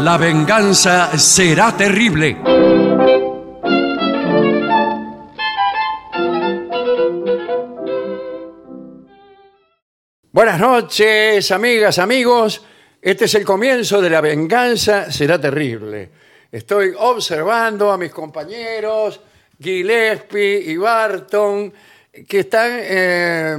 La venganza será terrible. Buenas noches, amigas, amigos. Este es el comienzo de La venganza será terrible. Estoy observando a mis compañeros Gillespie y Barton que están, eh,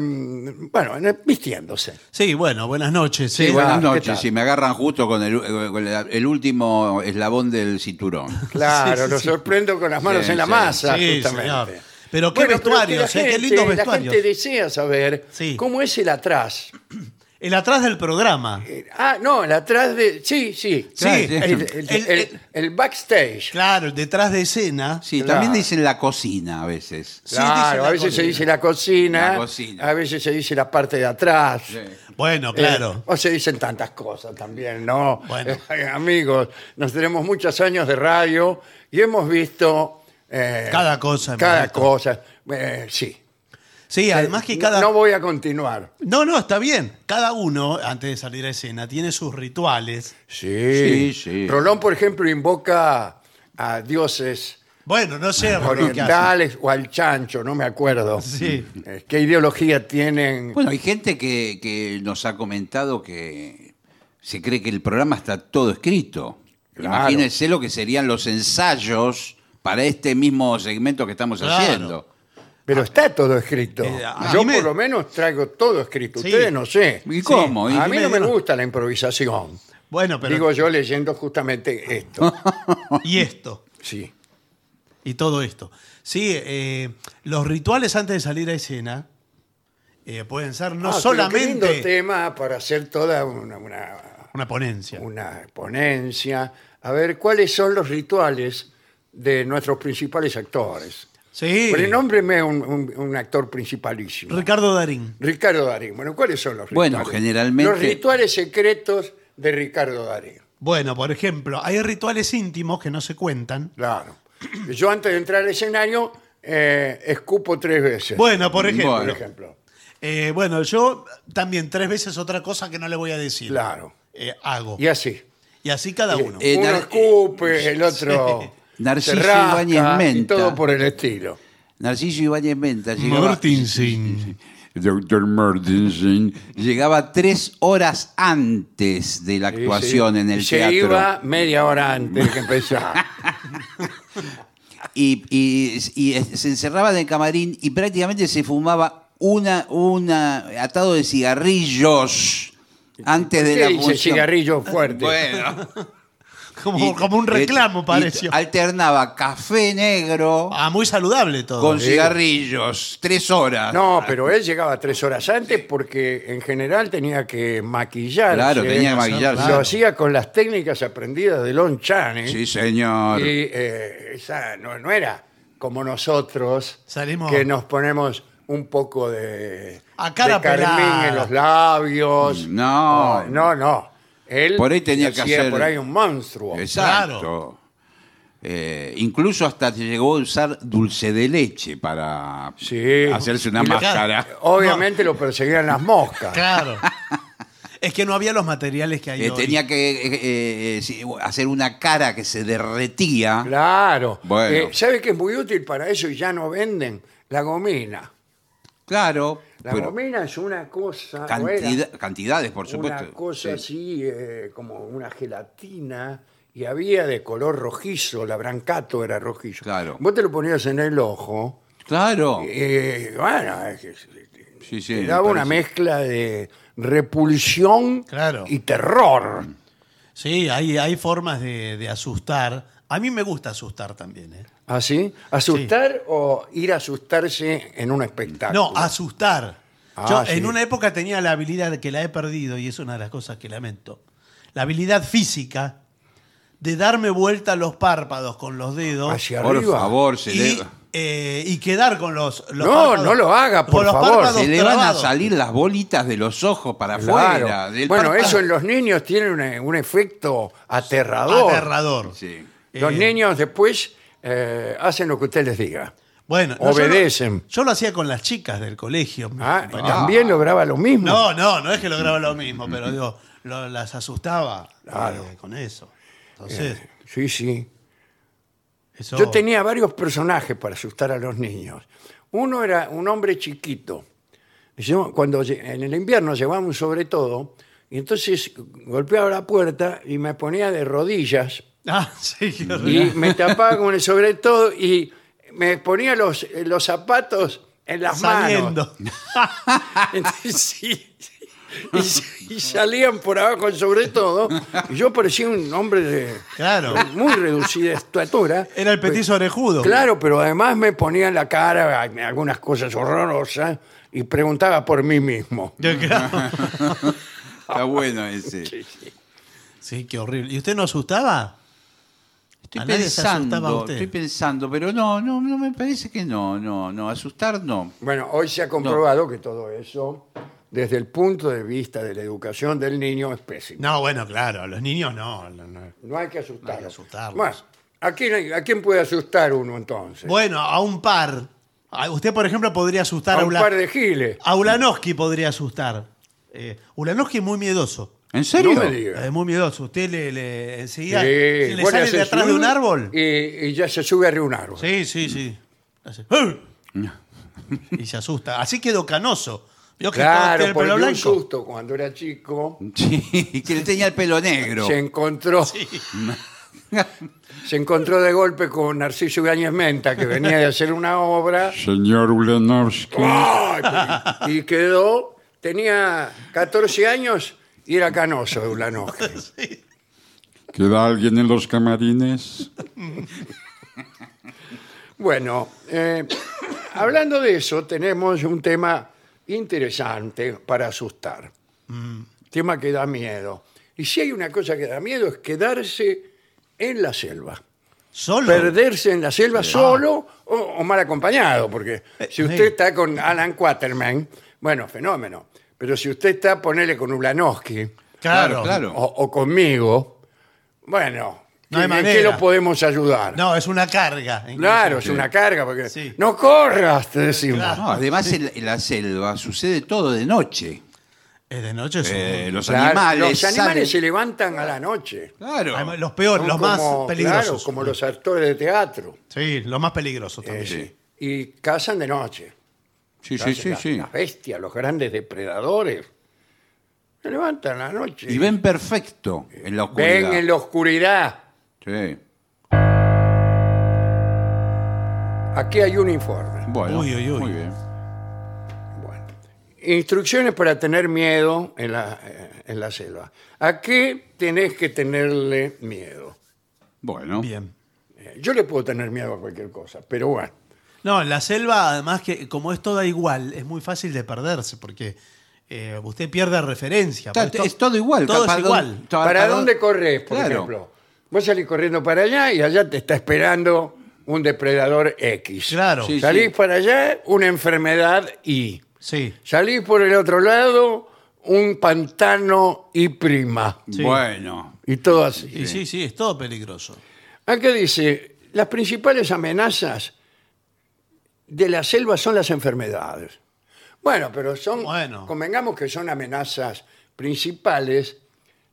bueno, en- vistiéndose. Sí, bueno, buenas noches. Sí, sí. bueno. Buenas ¿qué tal? noches, sí, me agarran justo con el, con el- el último eslabón del cinturón. Sí, Claro, sí, los sí. sorprendo con las manos Sí, en la sí. Sí, masa, justamente. señor. Bueno, pero Pero qué que vestuarios, la eh, qué gente- lindos La vestuarios. gente desea saber Sí. cómo es el atrás. El atrás del programa. Eh, Ah, no, el atrás de... Sí, sí. Sí, El, el- El- el- el backstage. Claro, el detrás de escena. Sí, Claro. también dicen la cocina a veces. Sí, claro, dice a la veces se cocina. dice la cocina, La cocina. a veces se dice la parte de atrás. Bueno, Eh, claro. o se dicen tantas cosas también, ¿no? Bueno. Eh, amigos, nos tenemos muchos años de radio y hemos visto... eh, Cada cosa, Cada Marito. cosa. Eh, sí. Sí, además que No- cada... eh, No voy a continuar. No, no, está bien. Cada uno, antes de salir a escena, tiene sus rituales. Sí. Sí, sí. Rolón, por ejemplo, invoca a dioses Bueno, no sé, Rolón, ¿qué hace? orientales o al chancho, no me acuerdo. Sí. Eh, ¿Qué ideología tienen? Bueno, hay gente que, que nos ha comentado que se cree que el programa está todo escrito. Claro. Imagínense lo que serían los ensayos para este mismo segmento que estamos Claro. haciendo. Pero está todo escrito. Eh, a Yo mí me- por lo menos traigo todo escrito. Sí. Ustedes no sé. ¿Y cómo? A ¿Y mí no me dime- gusta la improvisación. Bueno, pero... Digo yo leyendo justamente esto. Y esto. Sí. y todo esto. Sí, eh, los rituales antes de salir a escena eh, pueden ser no Ah, pero qué lindo solamente tema para hacer toda una- una una ponencia. una ponencia, a ver cuáles son los rituales de nuestros principales actores. Sí, Pero nómbreme un, un- un actor principalísimo. Ricardo Darín. Ricardo Darín. Bueno, ¿cuáles son los rituales? Bueno, generalmente- Los rituales secretos de Ricardo Darín. Bueno, por ejemplo, hay rituales íntimos que no se cuentan. Claro. Yo antes de entrar al escenario eh, escupo tres veces. Bueno, por ejemplo. por bueno. ejemplo. eh, bueno, yo también tres veces otra cosa que no le voy a decir. Claro. eh, hago. Y así. Y así cada uno. Eh, Uno Nar- eh, escupe, el otro. se Narciso rasca, Ibáñez Y Menta. todo por el estilo. Narciso Ibáñez Menta eh, llegaba... Mortensen. Dr. Mortensen llegaba tres horas antes de la Sí, actuación sí. en el se teatro. iba media hora antes de que empezara. y, y- y es- se encerraba en el camarín y prácticamente se fumaba una, una atado de cigarrillos antes de ¿Qué la dice función. cigarrillo fuerte? Bueno, Como, Y- eh, como un reclamo y- pareció. y alternaba café negro Ah, muy saludable todo. con cigarrillos, tres horas. No, pero él llegaba tres horas antes porque en general tenía que maquillarse. Claro, tenía que maquillarse. Lo hacía con las técnicas aprendidas de Lon Chaney. Sí, señor. Y eh, esa no, no era como nosotros Salimos- que nos ponemos un poco de, A cara de carmín pelada. en los labios. No. no, no. Él Por ahí tenía que hacía hacer- por ahí un monstruo. Exacto. Claro. Eh, incluso hasta se llegó a usar dulce de leche para Sí. hacerse una Y la- máscara. Obviamente lo perseguían las moscas. Claro. es que no había los materiales que hay Eh, hoy. tenía que eh, eh, sí, hacer una cara que se derretía. Claro. Eh, Bueno. ¿Sabe que es muy útil para eso y ya no venden? La gomina. Claro. La pero gomina es una cosa. o era cantida- cantidades, por supuesto. una cosa Sí. así, eh, como una gelatina. Y había de color rojizo, la brancato era rojizo. Claro. Vos te lo ponías en el ojo. Claro. eh, bueno, es que Sí, sí, te me daba una parece. mezcla de repulsión Claro. y terror. Sí, hay, hay formas de, de asustar. A mí me gusta asustar también. ¿eh? ¿Así? ¿Ah, ¿Asustar o ir a asustarse en un espectáculo? No, asustar. Ah, Yo sí. en una época tenía la habilidad que la he perdido y es una de las cosas que lamento. La habilidad física de darme vuelta los párpados con los dedos Hacia Por arriba. favor, se y, le- eh, y quedar con los, los No, párpados- no lo haga, por con los favor. párpados se le van a trabados. salir las bolitas de los ojos para Claro. afuera. del Bueno, párpado. eso en los niños tiene un, un efecto aterrador. Aterrador. Sí. Los Eh, niños después eh, hacen lo que usted les diga. Bueno, no, yo lo- obedecen. Yo lo, hacía con las chicas del colegio. mis Ah, compañeras. También lograba lo mismo. No, no, no es que lograba lo mismo, pero digo, lo- las asustaba eh, Claro. con eso. Entonces, Eh, Sí, sí. eso- Yo tenía varios personajes para asustar a los niños. Uno era un hombre chiquito. Yo, cuando lle- en el invierno llevaba un sobre todo, y entonces golpeaba la puerta y me ponía de rodillas Ah, sí, qué y horror. me tapaba con el sobre todo y me ponía los, eh, los zapatos en las manos. saliendo. Entonces, sí, sí. Y, s- y salían por abajo el sobre todo. Y yo parecía un hombre de Claro. muy reducida estatura. Era el petiso orejudo. Claro, pero además me ponía en la cara algunas cosas horrorosas y preguntaba por mí mismo. Yo creo- Está bueno ese. Sí, qué horrible. ¿Y usted no asustaba? Estoy A nadie se asustaba pensando, usted. estoy pensando, pero no, no, no me parece que no, no, no, asustar no. Bueno, hoy se ha comprobado que todo eso, desde el punto de vista de la educación del niño, es pésimo. No, bueno, claro, a los niños no. no, no. No, hay que asustarlos. No hay que asustarlos. Bueno, ¿a quién, a quién puede asustar uno entonces? Bueno, a un par. A- Usted, por ejemplo, podría asustar a, Ah, a un Ula- par de giles. a Ulanowski podría asustar. Eh, Ulanowski es muy miedoso. ¿En serio? No me diga. Es muy miedoso. Usted le, le- enseguida Sí, si le vos sale haces de atrás de un árbol. Y, y ya se sube arriba un árbol. Sí, sí, sí. Hace, "Ur". y se asusta. Así quedó canoso. Vio que claro, estaba usted porque el un pelo blanco. susto cuando era chico. Sí, que le tenía el pelo negro. se encontró se encontró de golpe con Narciso Ibáñez Menta que venía de hacer una obra Señor Ulanowski. ¡Ay! y quedó tenía 14 años y era canoso de Ulanowski ¿Queda alguien en los camarines? bueno eh, hablando de eso tenemos un tema interesante para asustar Mm. tema que da miedo y si hay una cosa que da miedo es quedarse en la selva Solo. perderse en la selva solo o, o mal acompañado, porque si Ah. Eh, usted sí. está con Alan Quaterman, bueno, fenómeno, pero si usted está, ponele con Ulanowski Claro, claro. Claro, claro. o, o conmigo, bueno, No hay ¿en qué manera. lo podemos ayudar? No, es una carga. claro, es una carga, porque Sí. no corras, te decimos. Claro. No, además en, en la selva sucede todo de noche. Es de noche. es un- Eh, los Claro, animales. los animales se salen- levantan a la noche. Claro. Además, los peores, Son los como- más peligrosos. Claro, como los actores de teatro. Sí, los más peligrosos también. eh, Y cazan de noche. Sí, sí, sí, las, sí. las bestias, los grandes depredadores. Se levantan a la noche. Y ven perfecto en la Ven oscuridad. en la oscuridad. Sí. Aquí hay un informe. Bueno, Uy, uy, uy. muy bien. Bueno. Instrucciones para tener miedo en la, eh, en la selva. ¿A qué tenés que tenerle miedo? Bueno. Bien. Eh, Yo le puedo tener miedo a cualquier cosa, pero bueno. No, la selva, además que como es toda igual, es muy fácil de perderse porque eh, usted pierde referencia. Está- Porque to- es todo igual. Todo capaz es de- igual. ta- ¿Para dónde corres, por Claro. ejemplo? Vos salís corriendo para allá y allá te está esperando un depredador X. Claro. Sí, Salís para allá, una enfermedad Y. Sí. Salís por el otro lado, un pantano y prima. Sí. Bueno. Y todo así. Y sí, sí, es todo peligroso. Acá dice, las principales amenazas de la selva son las enfermedades. Bueno, pero son, Bueno. convengamos que son amenazas principales,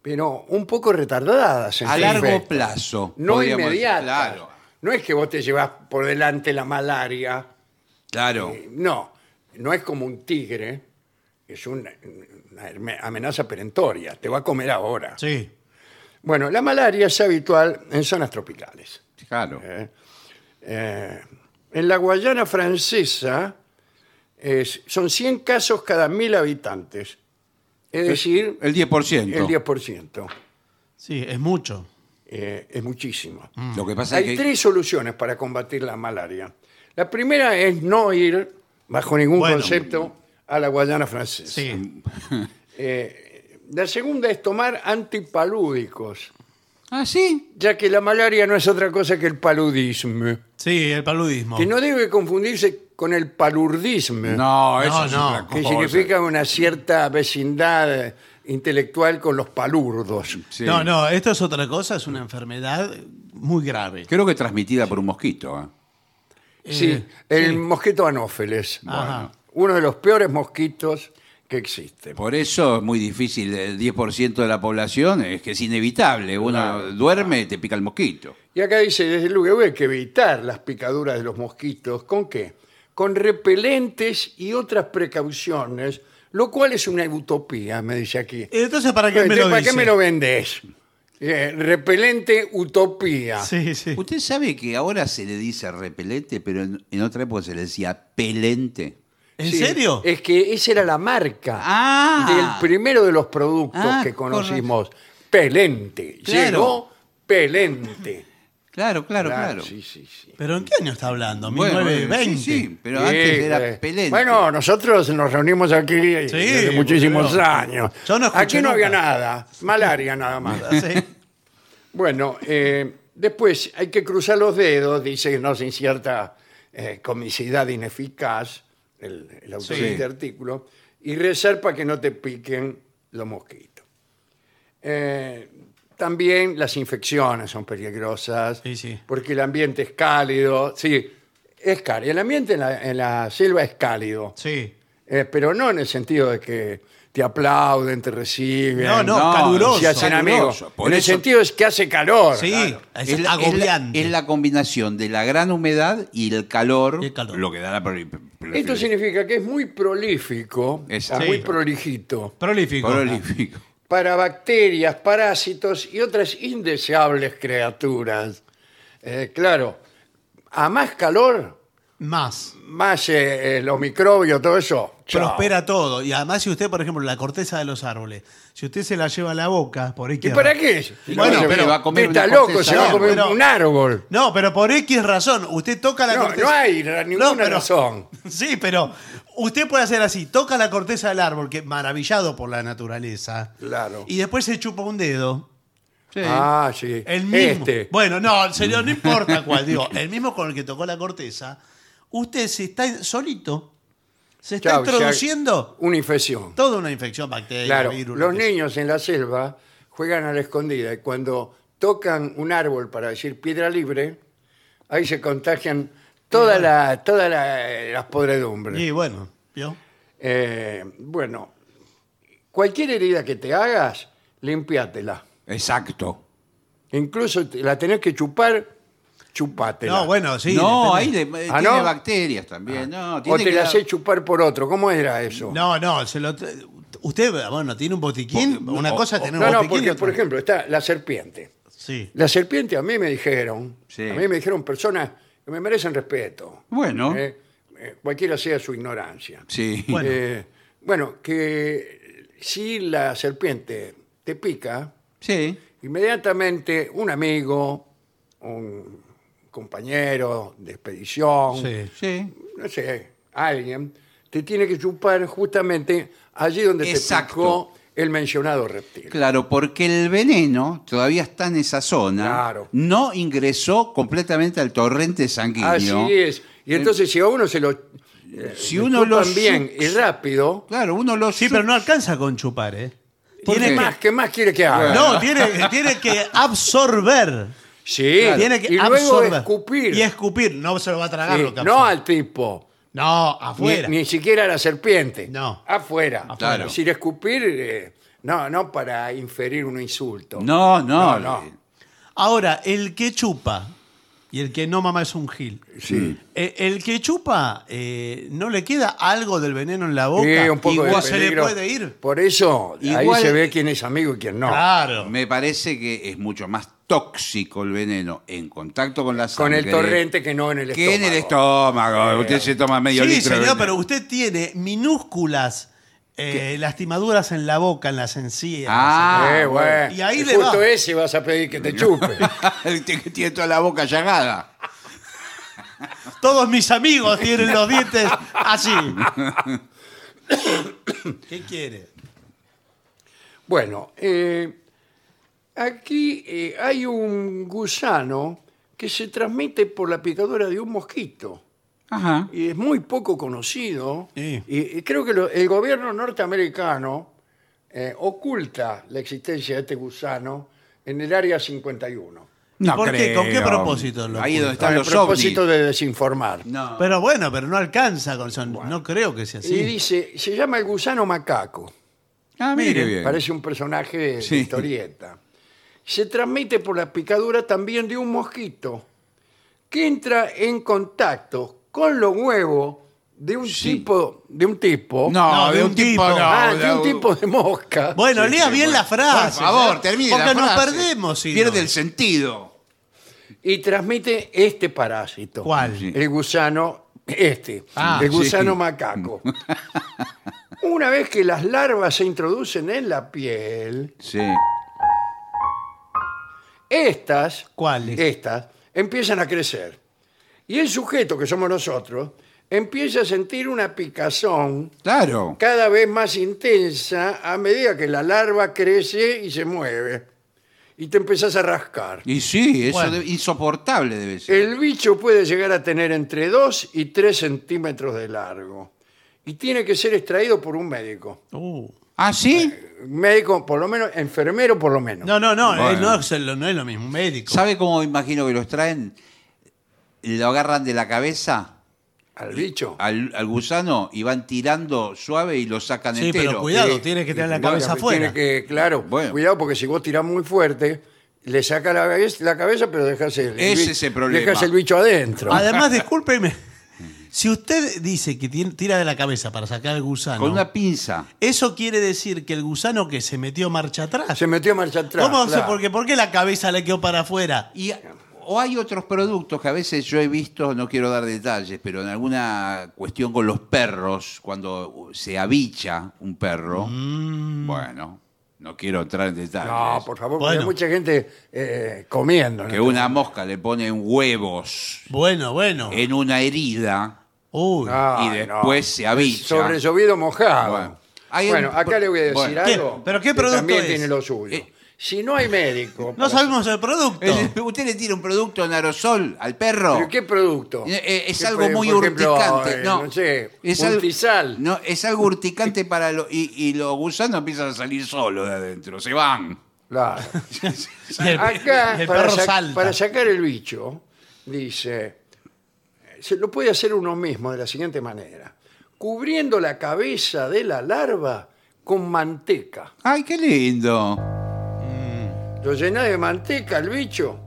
pero un poco retardadas. en A su largo efecto. plazo. No podríamos- inmediatas. Claro. No es que vos te llevas por delante la malaria. Claro. No, no es como un tigre, es una, una herme- amenaza perentoria, te va a comer ahora. Sí. Bueno, la malaria es habitual en zonas tropicales. Claro. Eh, en la Guayana francesa es- son 100 casos cada 1000 habitantes, es decir, El 10%. el 10%. Sí, es mucho. Eh, es muchísimo. Lo que pasa Hay es Mm, que. tres soluciones para combatir la malaria. La primera es no ir, bajo ningún Bueno. concepto, a la Guayana francesa. Sí. Eh, la segunda es tomar antipalúdicos, Ah, sí. ya que la malaria no es otra cosa que el paludismo, Sí, el paludismo. que no debe confundirse con el Eh. palurdismo, No, eso Ah. No, es no. otra que cosa. significa una cierta vecindad eh, intelectual con los palurdos. Sí. No, no, esto es otra cosa, es una enfermedad muy grave. Creo que transmitida por un mosquito. ¿eh? Sí, Eh, el mosquito anófeles, Ajá. uno de los peores mosquitos que existen. Por eso es muy difícil. El 10% de la población es que es inevitable. Uno duerme y te pica el mosquito. Y acá dice, desde luego hay que evitar las picaduras de los mosquitos. ¿Con qué? Con repelentes y otras precauciones, lo cual es una utopía, me dice aquí. Este, Entonces, ¿para qué me lo ¿Para qué dice? me lo vendés? Eh, repelente utopía. Sí, sí. Usted sabe que ahora se le dice repelente, pero en, en otra época se le decía pelente. ¿En Sí, serio? Es que esa era la marca Ah. del primero de los productos Ah, que con conocimos. Pelente. Claro. Llegó Pelente. Claro, claro, claro. Sí, sí, sí. ¿Pero en qué año está hablando? eh, Bueno, 1920. sí, sí, pero Sí, antes eh, era pelente. Bueno, nosotros nos reunimos aquí desde muchísimos boludo. años. Yo no escuché aquí no había nunca. nada, malaria nada más. Sí. Bueno, eh, después hay que cruzar los dedos, dice, no sin cierta eh, comicidad ineficaz, el, el autor Sí. de este artículo, y rezar para que no te piquen los mosquitos. Eh, también las infecciones son peligrosas, Sí, sí. porque el ambiente es cálido, sí, es cálido, el ambiente en la, en la selva es cálido, Sí. eh, pero no en el sentido de que te aplauden, te reciben, No, no, No, caluroso. se hacen amigos. Caluroso, por En el eso- sentido es que hace calor. Sí, claro. es, Es la- es la- agobiante. Es la, combinación de la gran humedad y el calor, Y el calor. lo que da la proli- Esto proliferación. significa que es muy prolífico, Exacto. o muy Sí. prolijito, Prolífico. Prolífico. para bacterias, parásitos y otras indeseables criaturas. Eh, claro, a más calor, Más. más eh, eh, los microbios, todo eso. chao. Prospera todo. Y además, si usted, por ejemplo, la corteza de los árboles, si usted se la lleva a la boca, por ¿Y X. para ra- qué? Bueno, Se- pero va a comer Está una loco, corteza se va a de comer árbol. un árbol. No, pero por X razón. Usted toca la No, corteza. no hay ra- ninguna pero- razón. Sí, pero usted puede hacer así: toca la corteza del árbol, que maravillado por la naturaleza. Claro. Y después se chupa un dedo. Sí. Ah, sí. El mismo. Este. Bueno, no, señor, no importa cuál. Digo, el mismo con el que tocó la corteza. Usted se está solito. Se está Chao, ya- introduciendo Una infección. toda una infección bacteriana, Claro, virus. los lo que sea. niños en la selva juegan a la escondida y cuando tocan un árbol para decir piedra libre, ahí se contagian todas la, toda la- eh, las podredumbres. Y bueno, ¿vio? Eh, bueno, cualquier herida que te hagas, limpiátela. Exacto. Incluso te- la tenés que chupar, chupátela. No, bueno, sí. no, ahí depende. le, Ah, ¿no? tiene Ah. bacterias también. No, o tiene te que la dar- hacés chupar por otro. ¿Cómo era eso? No, no, se lo- usted, bueno, tiene un botiquín. Bo- Una o- cosa es o- tener no, un no, botiquín. y porque, otra- por ejemplo, está la serpiente. Sí. La serpiente a mí me dijeron, Sí. a mí me dijeron personas que me merecen respeto. Bueno, Eh, eh, cualquiera sea su ignorancia. sí. Bueno. Eh, bueno, que si la serpiente te pica, Sí. inmediatamente un amigo, un compañero de expedición, Sí. Sí. no sé, alguien, te tiene que chupar justamente allí donde te Exacto. picó el mencionado reptil. Claro, porque el veneno todavía está en esa zona. Claro. No ingresó completamente al torrente sanguíneo. Así es. Y entonces si a uno se lo... eh, Si uno lo chupan bien suc- y rápido, Claro, uno lo Sí, pero no alcanza con chupar, ¿eh? ¿qué Tiene más, que, ¿qué más quiere que haga? no, tiene, tiene que absorber. Sí, Tiene que y luego absorber. escupir. Y escupir. No se lo va a tragar Sí, lo que no absorbe. al tipo, No, ni, afuera. ni siquiera a la serpiente. No. Afuera. Claro. Es decir, escupir, eh, no, no para inferir un insulto. No, No, no. no. Ahora, el que chupa y el que no mama es un gil. Sí. Eh, el que chupa, eh, ¿no le queda algo del veneno en la boca? Sí, un poco de Igual se le peligro. puede ir. Por eso, ahí Igual- se ve quién es amigo y quién no. Claro. Me parece que es mucho más tóxico el veneno en contacto con la Con sangre. el torrente que no en el Que en el estómago. Eh. estómago. Usted se toma medio sí, litro. de señor, veneno. pero usted tiene minúsculas eh, lastimaduras en la boca, en las encías. Ah, Eh, bueno. Y ahí le justo va. ese vas a pedir que te chupe. el que tiene toda la boca llagada. no sé qué. Todos mis amigos tienen los dientes así. ¿Qué quiere? Bueno, eh, aquí eh, hay un gusano que se transmite por la picadura de un mosquito Ajá. y es muy poco conocido. Sí. Y, y creo que lo- el gobierno norteamericano eh, oculta la existencia de este gusano en el área 51. ¿Y No por qué? ¿Con qué creo. propósito lo oculta? Ahí donde están a los propósito ovnis. de desinformar. No. Pero bueno, pero no alcanza con son- No creo que sea Y así. dice, se llama el gusano macaco. Ah, mire bien. Parece un personaje de Sí. historieta. Se transmite por la picadura también de un mosquito que entra en contacto con los huevos de un Sí. tipo, de un tipo. No, de un tipo. Ah, de un tipo de mosca. Bueno, Sí, lea sí, bien bueno. la frase. Por favor, ¿eh? termine Porque la nos frase. perdemos. si Pierde no. el sentido. Y transmite este parásito. ¿Cuál? Sí. El gusano, este. Ah, el gusano sí. macaco. Una vez que las larvas se introducen en la piel, Sí. Estas, ¿Cuáles? Estas empiezan a crecer. Y el sujeto, que somos nosotros, empieza a sentir una picazón Claro. cada vez más intensa a medida que la larva crece y se mueve. Y te empezás a rascar. Y sí, eso Bueno. de- insoportable debe ser. El bicho puede llegar a tener entre 2 y 3 centímetros de largo. Y tiene que ser extraído por un médico. Uh. ¿Ah, sí? Médico, por lo menos, enfermero, por lo menos. No, no, no. eh, Bueno. no, es lo, no es lo mismo. Un médico. ¿Sabe cómo imagino que los traen? Lo agarran de la cabeza Al bicho. al, al gusano y van tirando suave y lo sacan Sí, entero. Eh, pero cuidado, Sí. tiene que tener la Bueno, cabeza tiene afuera. que- claro, Bueno. cuidado porque si vos tirás muy fuerte, le saca la, cabeza- la cabeza, pero dejás el, Ese bi- es el problema. dejás el bicho adentro. Además, discúlpeme. Si usted dice que tiene- tira de la cabeza para sacar el gusano, Con una pinza. eso quiere decir que el gusano que se metió marcha atrás. Se metió marcha atrás. ¿Cómo? se- claro. porque, ¿Por qué la cabeza le quedó para afuera? Y, o hay otros productos que a veces yo he visto, no quiero dar detalles, pero en alguna cuestión con los perros, cuando se abicha un perro, bueno, no quiero entrar en detalles. Mm. No, por favor, porque Bueno. hay mucha gente eh, comiendo. ¿no? que una mosca le pone huevos Bueno, bueno. en una herida Uy. Ah, y después se abicha. Sobre llovido mojado. Bueno. Bueno, Hay un- acá le voy a decir Bueno. ¿Qué? algo. ¿Pero qué que producto También es? tiene lo suyo. Eh, Si no hay médico. No para- sabemos el producto. Eh, Usted le tira un producto en aerosol al perro. ¿Pero qué producto? Eh, eh, es ¿Qué algo pre- muy por ejemplo, urticante. eh, no, sé, es un al- tizal. No, es algo urticante para los. Y, y los gusanos empiezan a salir solos de adentro, se van. Claro. Y el- Acá, y el para, perro sac- salta. para sacar el bicho, dice, se lo puede hacer uno mismo de la siguiente manera, cubriendo la cabeza de la larva con manteca. ¡Ay, qué lindo! Lo llena de manteca el bicho.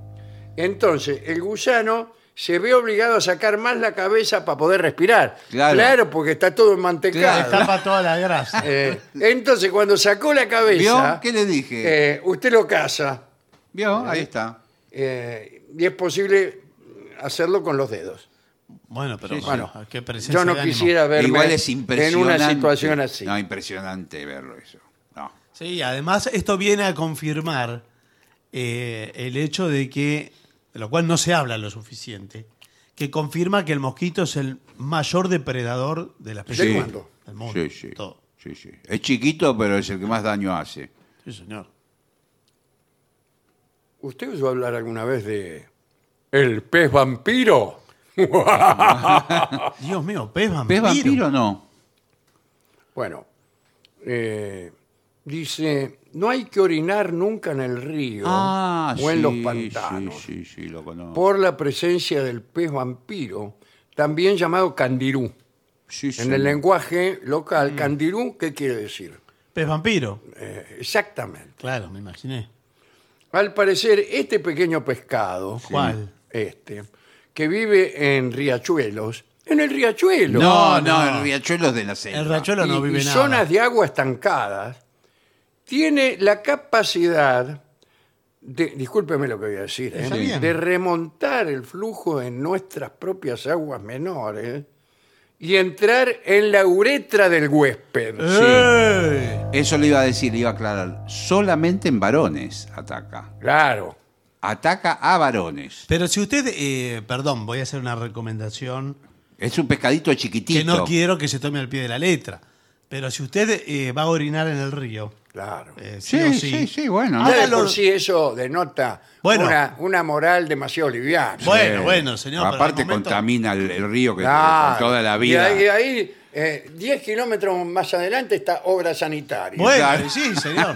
Entonces, el gusano se ve obligado a sacar más la cabeza para poder respirar. Claro. porque está todo enmantecado. Destapa toda la grasa. Eh, entonces, cuando sacó la ¿Vio? cabeza, ¿Qué le dije? eh, usted lo caza. ¿Vio? Ahí está. Eh, y es posible hacerlo con los dedos. Bueno, pero Bueno, qué presencia yo no de ánimo. quisiera verme Igual es en impresionante. una situación así. No, impresionante verlo eso. No. Sí, además esto viene a confirmar eh, el hecho de que, de lo cual no se habla lo suficiente, que confirma que el mosquito es el mayor depredador de la especie Sí. humana del mundo. Sí, sí. Todo. Sí, sí. Es chiquito, pero es el que más daño hace. Sí, señor. ¿Usted oyó hablar alguna vez de el pez vampiro? Dios mío, pez vampiro. ¿Ves vampiro o no? Bueno, eh, dice, no hay que orinar nunca en el río Ah, o en sí, los pantanos Sí, sí, sí, lo conozco. por la presencia del pez vampiro, también llamado candirú. Sí, En el sí. lenguaje Mm. local, candirú, ¿qué quiere decir? Pez vampiro. Eh, exactamente. Claro, me imaginé. Al parecer, este pequeño pescado, ¿Cuál? este, que vive en riachuelos, en el riachuelo, No, no, No, no. el riachuelo es de la selva. El rachuelo no y- vive y nada. zonas de agua estancadas, tiene la capacidad de, discúlpeme lo que voy a decir, ¿eh? Está bien. de remontar el flujo en nuestras propias aguas menores y entrar en la uretra del huésped. Eh. ¡Ey! Eso le iba a decir, le iba a aclarar. Solamente en varones ataca. Claro. Ataca a varones. Pero si usted, eh, perdón, voy a hacer una recomendación Es un pescadito chiquitito. que no quiero que se tome al pie de la letra. Pero si usted eh, va a orinar en el río, Claro. eh, sí, o Sí, sí, sí, sí, bueno. Ya Ah, de hágalo- por sí eso denota Bueno. una, una moral demasiado liviana. Bueno, bueno, señor, pero Aparte de momento- contamina el, el río que Claro. con toda la Y vida. ahí, ahí, eh, 10 kilómetros más adelante está obra sanitaria. Bueno, Claro. y sí, señor.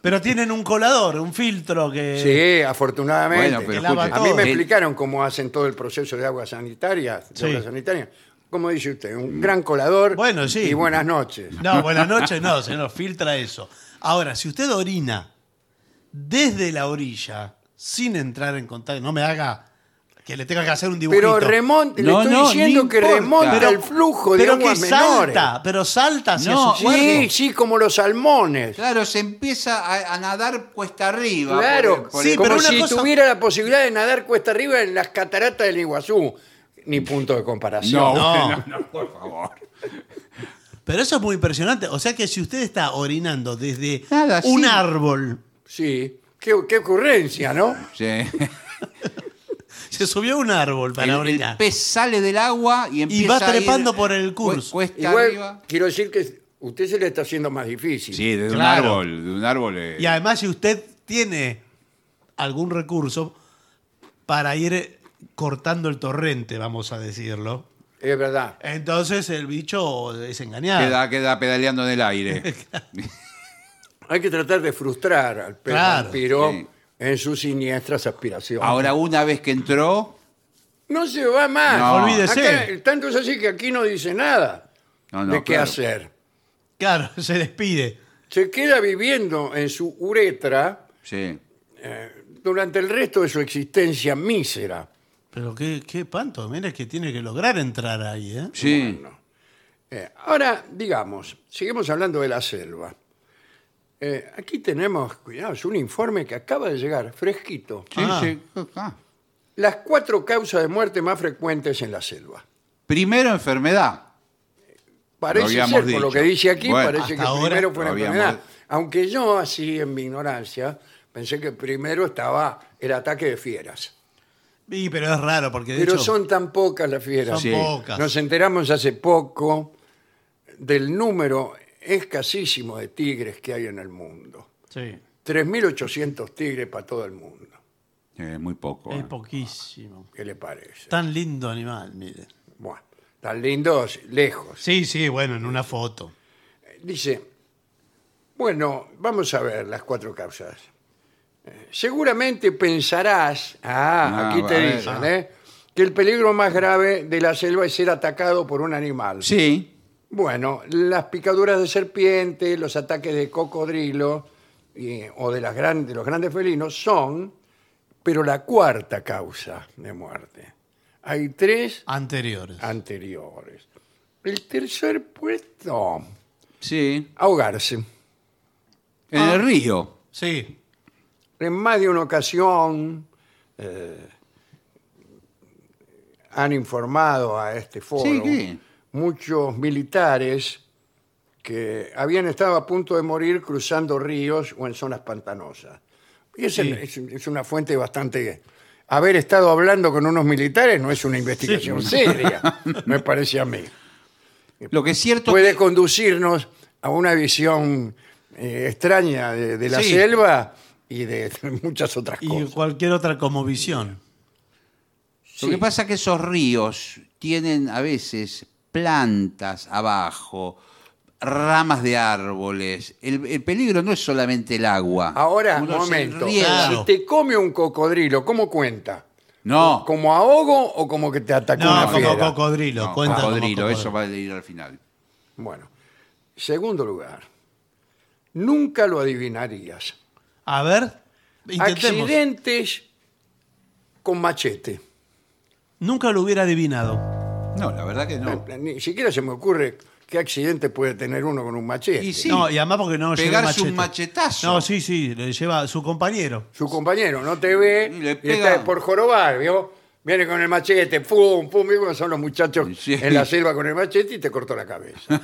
Pero tienen un colador, un filtro que. Sí, afortunadamente. Bueno, que pero lava escuche, eh, A mí todo. me el- explicaron cómo hacen todo el proceso de aguas sanitarias. de Sí. obras sanitarias. Como dice usted, un gran colador Bueno, sí. y buenas noches. No, buenas noches, no, se nos filtra eso. Ahora, si usted orina desde la orilla, sin entrar en contacto, no me haga que le tenga que hacer un dibujito. Pero remonta, le No, estoy no, diciendo no que importa. remonta Pero- el flujo de pero que aguas menores. salta, pero salta hacia No, su bueno, cuerpo. Sí, sí, como los salmones. Claro, se empieza a, a nadar cuesta arriba. Claro, Ah, por- por Sí, el- como pero una si cosa- tuviera la posibilidad de nadar cuesta arriba en las cataratas del Iguazú. Ni punto de comparación. No. No, por favor. pero eso es muy impresionante. O sea que si usted está orinando desde Nada, sí. un árbol, Sí, qué, qué ocurrencia, ¿no? Sí. se subió a un árbol para El, el orinar. pez sale del agua y empieza va a ir- eh, trepando por el curso. cu- Cuesta Igual, arriba. quiero decir que usted se le está haciendo más difícil. Sí, de Claro. un árbol, de un árbol. eh. Y además, si usted tiene algún recurso para ir cortando el torrente, vamos a decirlo, Es verdad. entonces el bicho es engañado. Queda, queda pedaleando en el aire. Hay que tratar de frustrar al pez Claro, vampiro sí. en sus siniestras aspiraciones. Ahora, una vez que entró, No se va más. No. Olvídese. Acá, tanto es así que aquí no dice nada No, no, de qué claro. hacer. Claro, se despide. Se queda viviendo en su uretra sí. durante el resto de su existencia mísera. Pero qué, qué espanto, mira que tiene que lograr entrar ahí, ¿eh? Sí. Eh, ahora, digamos, seguimos hablando de la selva. Eh, aquí tenemos, cuidado, es un informe que acaba de llegar, fresquito. Sí, Ah. sí. Ah. Las cuatro causas de muerte más frecuentes en la selva. Primero, enfermedad. Lo Parece habíamos ser, por lo dicho. que dice aquí, Bueno, parece que hasta ahora primero fue la lo habíamos- enfermedad. Aunque yo, así en mi ignorancia, pensé que primero estaba el ataque de fieras. Y, pero es raro porque de Pero hecho son tan pocas las fieras. son Sí. pocas. Nos enteramos hace poco del número escasísimo de tigres que hay en el mundo. Sí, 3.800 tigres para todo el mundo. Eh, muy poco. es eh. poquísimo. ¿Qué le parece? Tan lindo animal, mire. Buah, tan lindos, lejos. Sí, sí, bueno, en una foto. Dice, bueno, vamos a ver las cuatro causas. Eh, Seguramente pensarás, ah, Ah, aquí te a ver. dicen, eh, que el peligro más grave de la selva es ser atacado por un animal. Sí. Bueno, las picaduras de serpiente, los ataques de cocodrilo y- o de, las gran- de los grandes felinos son, pero la cuarta causa de muerte. Hay tres Anteriores. anteriores. El tercer puesto, Sí. ahogarse. En Ah. el río. Sí. En más de una ocasión eh, han informado a este foro Sí, ¿qué? muchos militares que habían estado a punto de morir cruzando ríos o en zonas pantanosas. Y es, el- es- es una fuente bastante... Haber estado hablando con unos militares no es una investigación seria, me parece a mí. Lo que es cierto. puede conducirnos a una visión eh, extraña de, de la Sí. selva y de muchas otras Y cosas. cualquier otra comovisión. Sí. Lo que pasa es que esos ríos tienen a veces plantas abajo, ramas de árboles. El, el peligro no es solamente el agua. Ahora, Uno se momento, riega. Claro. si te come un cocodrilo, ¿cómo cuenta? No, ¿Como ahogo o como que te atacó No, una como fiera? cocodrilo. no, cuenta como cocodrilo, cocodrilo. eso va a ir al final. Bueno, segundo lugar, nunca lo adivinarías. A ver, intentemos. Accidentes con machete. Nunca lo hubiera adivinado. No, la verdad que no. Ni siquiera se me ocurre qué accidente puede tener uno con un machete. Y sí, No, y además porque no lleva pegarse machete. un machetazo. No, sí, sí, le lleva a su compañero. su compañero no te ve Y le y pega. está por jorobar, ¿vio? Viene con el machete, pum, pum, y bueno, son los muchachos Sí. en la selva con el machete y te cortó la cabeza.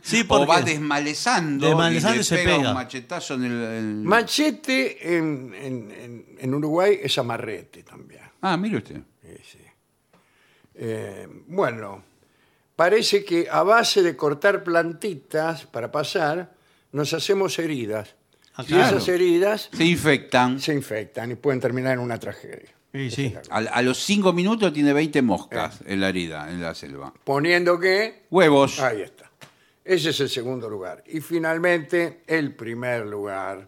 Sí, o va porque desmalezando, Desmalezando y le y se pega, pega. un machetazo en el... en- machete en, en- en- en Uruguay es amarrete también. Ah, mire usted. Sí, sí. Eh, bueno, parece que a base de cortar plantitas para pasar, nos hacemos heridas. Ah, Y esas claro. heridas Se infectan. se infectan y pueden terminar en una tragedia. Sí, sí. A, a los cinco minutos tiene 20 moscas Eh. en la herida, en la selva. Poniendo que Huevos. Ahí está. Ese es el segundo lugar. Y finalmente, el primer lugar.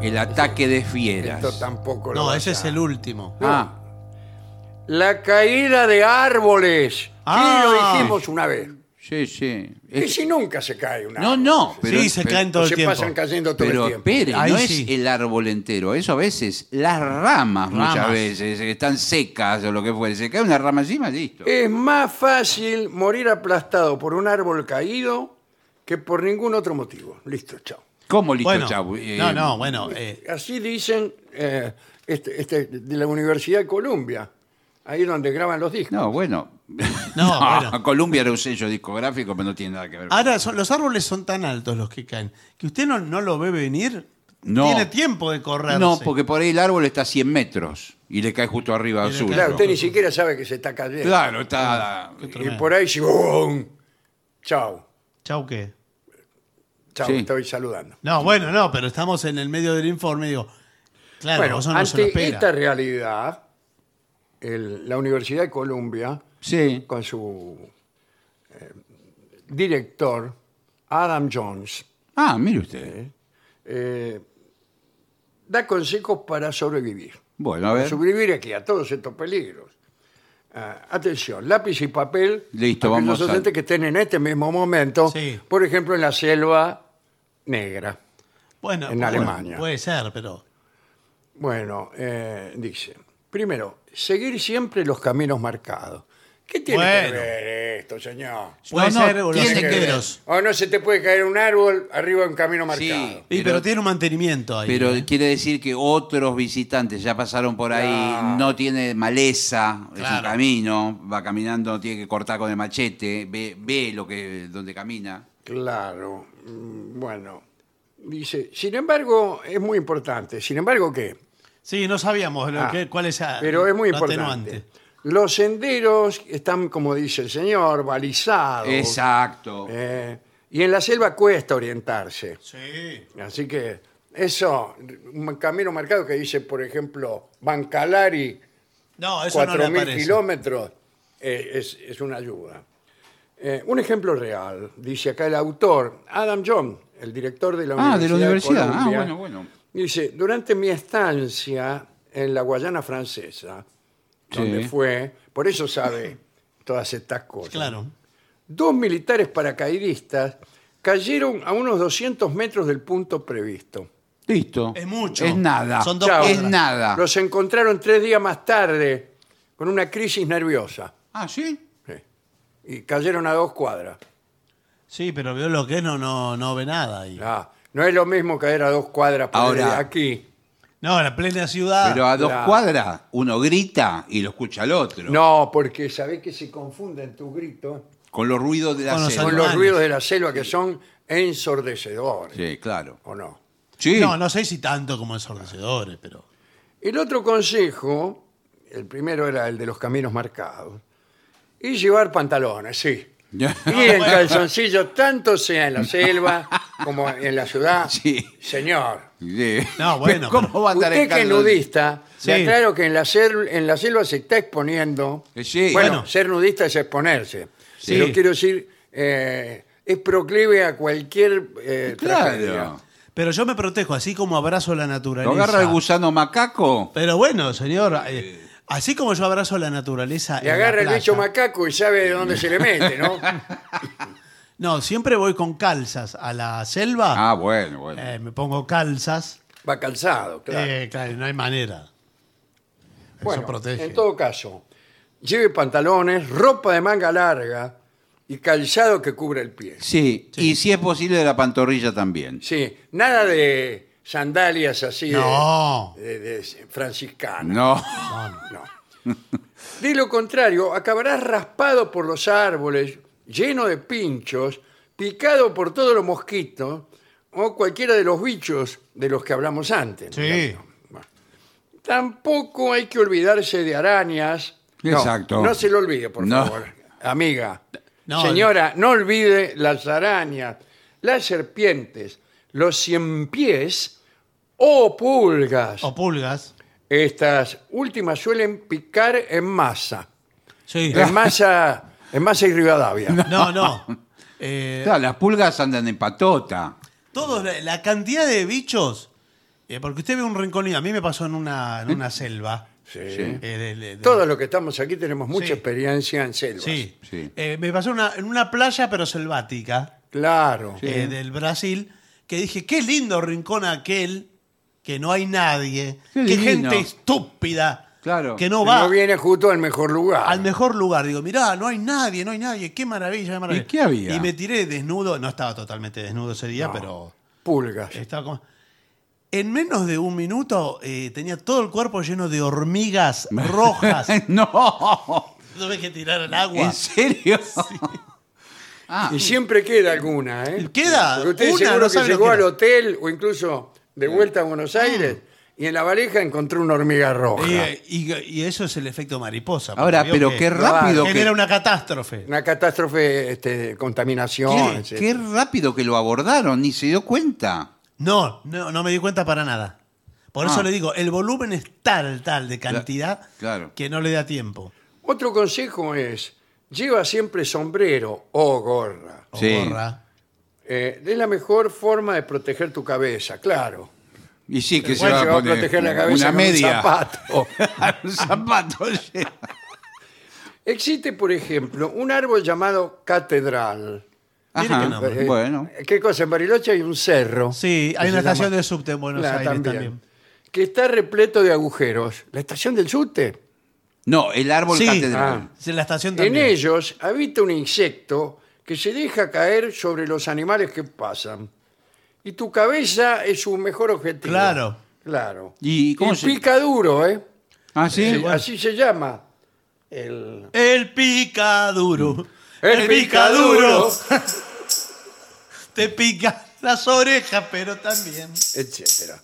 El ataque de fieras. Esto tampoco lo No, vas ese a- es el último. Ah, La caída de árboles. Ah. Sí, lo dijimos una vez. sí, sí. Y Es- si nunca se cae un No, árbol? no. Pero, sí, se pero- caen todo el se tiempo. pasan cayendo todo Pero el tiempo. espere, Ahí no sí. es el árbol entero. Eso a veces, las ramas, muchas Ramas. veces eh, están secas o lo que fuere. Se cae una rama encima, listo. Es más fácil morir aplastado por un árbol caído que por ningún otro motivo. Listo, chao. ¿Cómo listo, Bueno, chavo? Eh, no, no, bueno. eh, Así dicen eh, este- este, de la Universidad de Columbia, ahí donde graban los discos. No, bueno. No, bueno. Ah, Columbia era un sello discográfico, pero no tiene nada que ver. ahora, son- los árboles son tan altos los que caen que usted no, no lo ve venir. No. Tiene tiempo de correr. no, porque por ahí el árbol está a 100 metros y le cae justo arriba Y le suyo. cae Claro, justo. usted ni siquiera sabe que se está cayendo. Claro, está. Y por ahí, sí, ¡bum! chao, Chau, ¿qué? chao, Sí. estoy saludando. No, bueno, no, pero estamos en el medio del informe. Digo, claro, Bueno, eso no se lo ante espera. esta realidad, el- la Universidad de Columbia, Sí. con su eh, director, Adam Jones, Ah, mire usted. eh, da consejos para sobrevivir. Bueno, a Para ver. sobrevivir aquí a todos estos peligros. Ah, atención, lápiz y papel. Listo, aquellos vamos a- docentes que estén en este mismo momento, Sí. por ejemplo, en la selva negra. Bueno, en bueno, Alemania. Puede ser, pero. Bueno, eh, dice, primero, seguir siempre los caminos marcados. ¿Qué tiene que Bueno. ver esto, señor? Puede no, ser o los tiene que ver. senderos. O no se te puede caer un árbol arriba de un camino Sí. marcado. Y, pero, Pero- tiene un mantenimiento ahí. Pero ¿eh? quiere decir que otros visitantes ya pasaron por ahí, Claro. no tiene maleza, es un Claro. camino, va caminando, no tiene que cortar con el machete, ve, ve lo que, donde camina. Claro, mm, bueno. Dice, sin embargo, es muy importante. Sin embargo, ¿qué? Sí, no sabíamos lo Ah, que- cuál es ah, Pero es muy lo importante. atenuante. Los senderos están, como dice el señor, balizados. Exacto. Eh, y en la selva cuesta orientarse. Sí. Así que eso, un camino marcado que dice, por ejemplo, Bancalari, No, eso no le 4.000 aparece. kilómetros, eh, es, es una ayuda. Eh, un ejemplo real, dice acá el autor, Adam John, el director de la Ah, de la Universidad. universidad. Ah, Columbia, bueno, bueno. Dice, durante mi estancia en la Guayana francesa, donde Sí. fue, por eso sabe todas estas cosas Claro. dos militares paracaidistas cayeron a unos 200 metros del punto previsto. Listo. Es mucho. Es nada. Son dos Chao. es cuadras. nada. Los encontraron tres días más tarde con una crisis nerviosa Ah, sí. Sí. y cayeron a dos cuadras. Sí, pero veo lo que es, no, no, no ve nada ahí. Ah, no es lo mismo caer a dos cuadras por Ahora- de aquí. No, la plena ciudad. Pero a dos claro. cuadras uno grita y lo escucha al otro. No, porque sabés que se confunden tus gritos Con los ruidos de la Con los con selva. los Hermanos. ruidos de la selva que son ensordecedores, Sí, claro. ¿o no? Sí. No, no sé si tanto como ensordecedores, pero. El otro consejo, el primero era el de los caminos marcados, y llevar pantalones, sí. Y en calzoncillos, tanto sea en la selva como en la ciudad. Sí. Señor, Sí. No, bueno, ¿Cómo pero- va a andar en usted que es calzón? nudista, le Sí. aclaro que en la, sel- en la selva se está exponiendo. Eh, sí. bueno, Bueno. ser nudista es exponerse. Sí. Pero quiero decir, eh, es proclive a cualquier eh, tragedia. Claro. Pero yo me protejo, así como abrazo la ¿Lo naturaleza. agarra el gusano macaco? Pero bueno, señor, eh, así como yo abrazo la naturaleza. Le en la agarra el playa- bicho macaco y sabe de dónde se le mete, ¿no? No, siempre voy con calzas a la selva. Ah, bueno, bueno. eh, me pongo calzas. Va calzado, claro. Eh, claro, no hay manera. Eso Bueno, protege. en todo caso, lleve pantalones, ropa de manga larga y calzado que cubra el pie. Sí, y si es posible de la pantorrilla también. Sí, nada de sandalias así de- No. de, de franciscanas. No. No. De lo contrario, acabarás raspado por los árboles, lleno de pinchos, picado por todos los mosquitos o cualquiera de los bichos de los que hablamos antes. ¿no? Sí. Bueno. Tampoco hay que olvidarse de arañas. No, Exacto. No, se lo olvide, por No. favor, amiga. No, Señora, no olvide las arañas, las serpientes, los cien pies o pulgas. O pulgas. Estas últimas suelen picar en masa. Sí. En masa, en masa y Rivadavia. Eh, No, no. Eh, Claro, las pulgas andan en patota. todos, la, la cantidad de bichos Eh, porque usted ve un rincón y a mí me pasó en una, en una selva. Sí. Sí. Eh, de- de- de- Todos los que estamos aquí tenemos mucha Sí. experiencia en selvas. Sí. Sí. Eh, me pasó una- en una playa, pero selvática, Claro. eh, del Brasil, que dije, qué lindo rincón aquel, que no hay nadie, Qué qué divino. gente estúpida, Claro. que no No, va viene justo al mejor lugar. al mejor lugar. Digo, mirá, no hay nadie, no hay nadie, qué maravilla, qué maravilla. qué había? Y me tiré desnudo, no estaba totalmente desnudo ese día, No, pero Eh, Pulgas. estaba como... En menos de un minuto eh, tenía todo el cuerpo lleno de hormigas rojas. no, Tuve que tirar al agua. ¿en serio? Ah, Y siempre queda alguna, ¿eh? Queda Porque usted una, seguro no que sabe lo llegó que Ah. al era. hotel o incluso de vuelta a Buenos Aires y en la valija encontró una hormiga roja. Eh, Y, y eso es el efecto mariposa. porque ahora, vio pero que qué rápido Claro. Genera que, una catástrofe. Una catástrofe este, de contaminación. qué, etc. qué rápido que lo abordaron, ni se dio cuenta. No, no, no me di cuenta para nada. Por eso Ah. le digo, el volumen es tal, tal de cantidad claro. que no le da tiempo. Otro consejo es, lleva siempre sombrero o gorra. O Sí. gorra. Eh, es la mejor forma de proteger tu cabeza, claro. Y sí, que Igual se va a proteger la cabeza una con un media. zapato. un zapato. sí. Existe, por ejemplo, un árbol llamado catedral. Mire Ajá, qué nombre. Eh, Ah, bueno. ¿Qué cosa? En Bariloche hay un cerro. Sí, hay que una se estación llama- de subte en Buenos Claro, Aires también. Que está repleto de agujeros. La estación del subte. No, el árbol Sí. Ah. catedral. Sí, la estación En también. ellos habita un insecto que se deja caer sobre los animales que pasan. Y tu cabeza es su mejor objetivo. Claro. Claro. ¿Y cómo se- pica duro, ¿eh? Ah, sí. Eh, Así se llama. El, El picaduro. picaduro, Te pica las orejas, pero también. Etcétera.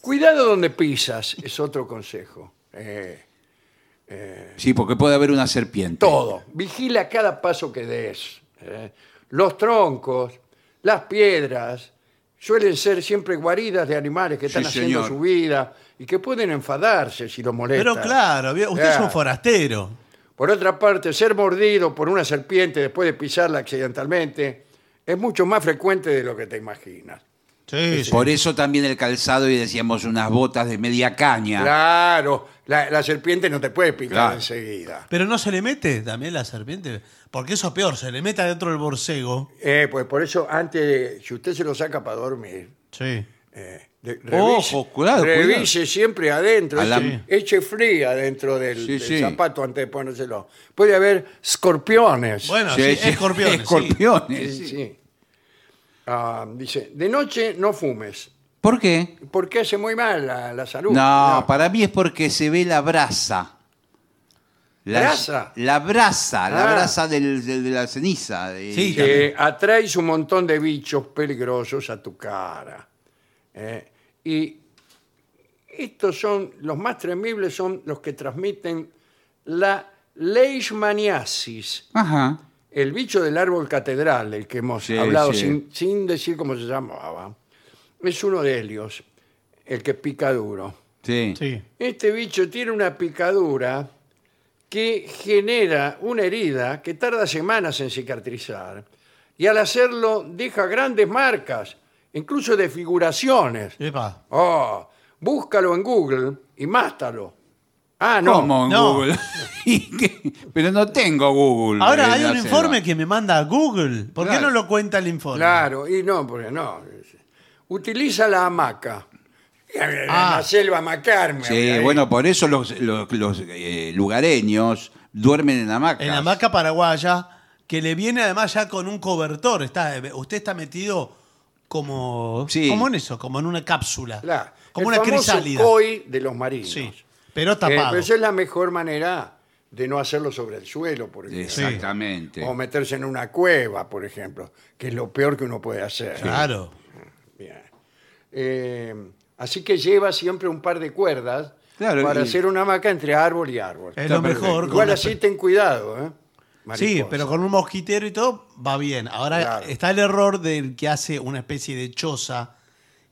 Cuidado donde pisas, es otro consejo. Eh, Sí, porque puede haber una serpiente. todo. Vigila cada paso que des. ¿eh? Los troncos, las piedras, suelen ser siempre guaridas de animales que están Sí, haciendo señor. su vida y que pueden enfadarse si lo molestan. Pero claro, vio, usted es Claro. un forastero. Por otra parte, ser mordido por una serpiente después de pisarla accidentalmente es mucho más frecuente de lo que te imaginas. Sí, sí. Por eso también el calzado y decíamos unas botas de media caña. Claro, la, la serpiente no te puede picar Claro. enseguida. Pero no se le mete también la serpiente. Porque eso es peor, se le mete adentro del borcego. Eh, pues por eso, antes, de- si usted se lo saca para dormir, Sí. Eh, de- Ojo, cuidado, revise siempre adentro, A la- eche, eche fría adentro del, Sí, del sí. zapato antes de ponérselo. Puede haber escorpiones. Bueno, sí, Sí, sí. escorpiones. sí. Sí, Escorpiones, sí. sí. Ah, dice, de noche no fumes, ¿Por qué? porque hace muy mal a la salud. No, Claro. para mí es porque se ve la brasa. ¿Brasa? La brasa, la Ah. brasa del- del- de la ceniza. de- Sí. que atraes un montón de bichos peligrosos a tu cara. Eh, y estos son, los más temibles son los que transmiten la leishmaniasis. Ajá. el bicho del árbol catedral, el que hemos Sí, hablado sí. Sin, sin decir cómo se llamaba, es uno de ellos, el que pica duro. Sí. Sí. Este bicho tiene una picadura que genera una herida que tarda semanas en cicatrizar y al hacerlo deja grandes marcas, incluso desfiguraciones. Epa. Oh, búscalo en Google y mátalo. Ah, no. ¿Cómo en no. Google? ¿Y qué? Pero no tengo Google. en Ahora hay la un selva. informe que me manda a Google. ¿Por qué Claro. no lo cuenta el informe? Claro, y no, porque no. Utiliza la hamaca. En la Ah. selva hamacarme. Sí, bueno, por eso los, los- los, eh, lugareños duermen en hamacas. En la hamaca paraguaya, que le viene además ya con un cobertor. Está, usted está metido como, Sí. como en eso, como en una cápsula. La- como el una famoso crisálida. koi de los marinos. Sí, pero Eh, tapado. pero esa es la mejor manera de no hacerlo sobre el suelo, por ejemplo. Exactamente. O meterse en una cueva, por ejemplo, que es lo peor que uno puede hacer. Claro. Bien. Eh, así que lleva siempre un par de cuerdas Claro, para y- hacer una hamaca entre árbol y árbol. Es lo perfecto. mejor. con Igual una- así ten cuidado, ¿eh? Sí, Mariposa. pero con un mosquitero y todo va bien. Ahora Claro. está el error del que hace una especie de choza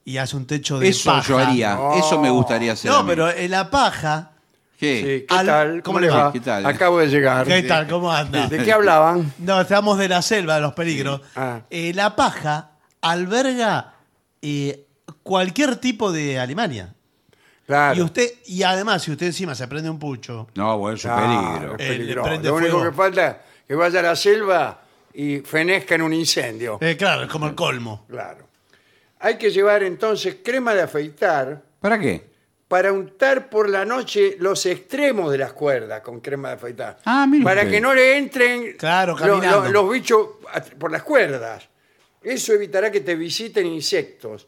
y hace un techo de Eso paja. yo haría. No. Eso me gustaría hacer. a No, mí. pero en la paja. ¿Qué? Sí, ¿qué Al- tal? ¿Cómo, le va? ¿Qué tal? Acabo de llegar. ¿Qué tal? ¿Cómo anda? ¿De qué hablaban? No, estamos de Eh, la selva, de los peligros. Ah. Eh, la paja alberga eh, cualquier tipo de Alemania. Claro. Y usted, y además, si usted encima se prende un pucho, No, bueno, es un Claro, peligro. es Eh, le peligroso. prende Lo único fuego. que falta es que vaya a la selva y fenezca en un incendio. eh, claro, es como el colmo. Claro. Hay que llevar entonces crema de afeitar ¿Para qué? para untar por la noche los extremos de las cuerdas con crema de afeitar. Ah, mire para usted. que no le entren Claro, lo- caminando. lo- los bichos at- por las cuerdas. Eso evitará que te visiten insectos.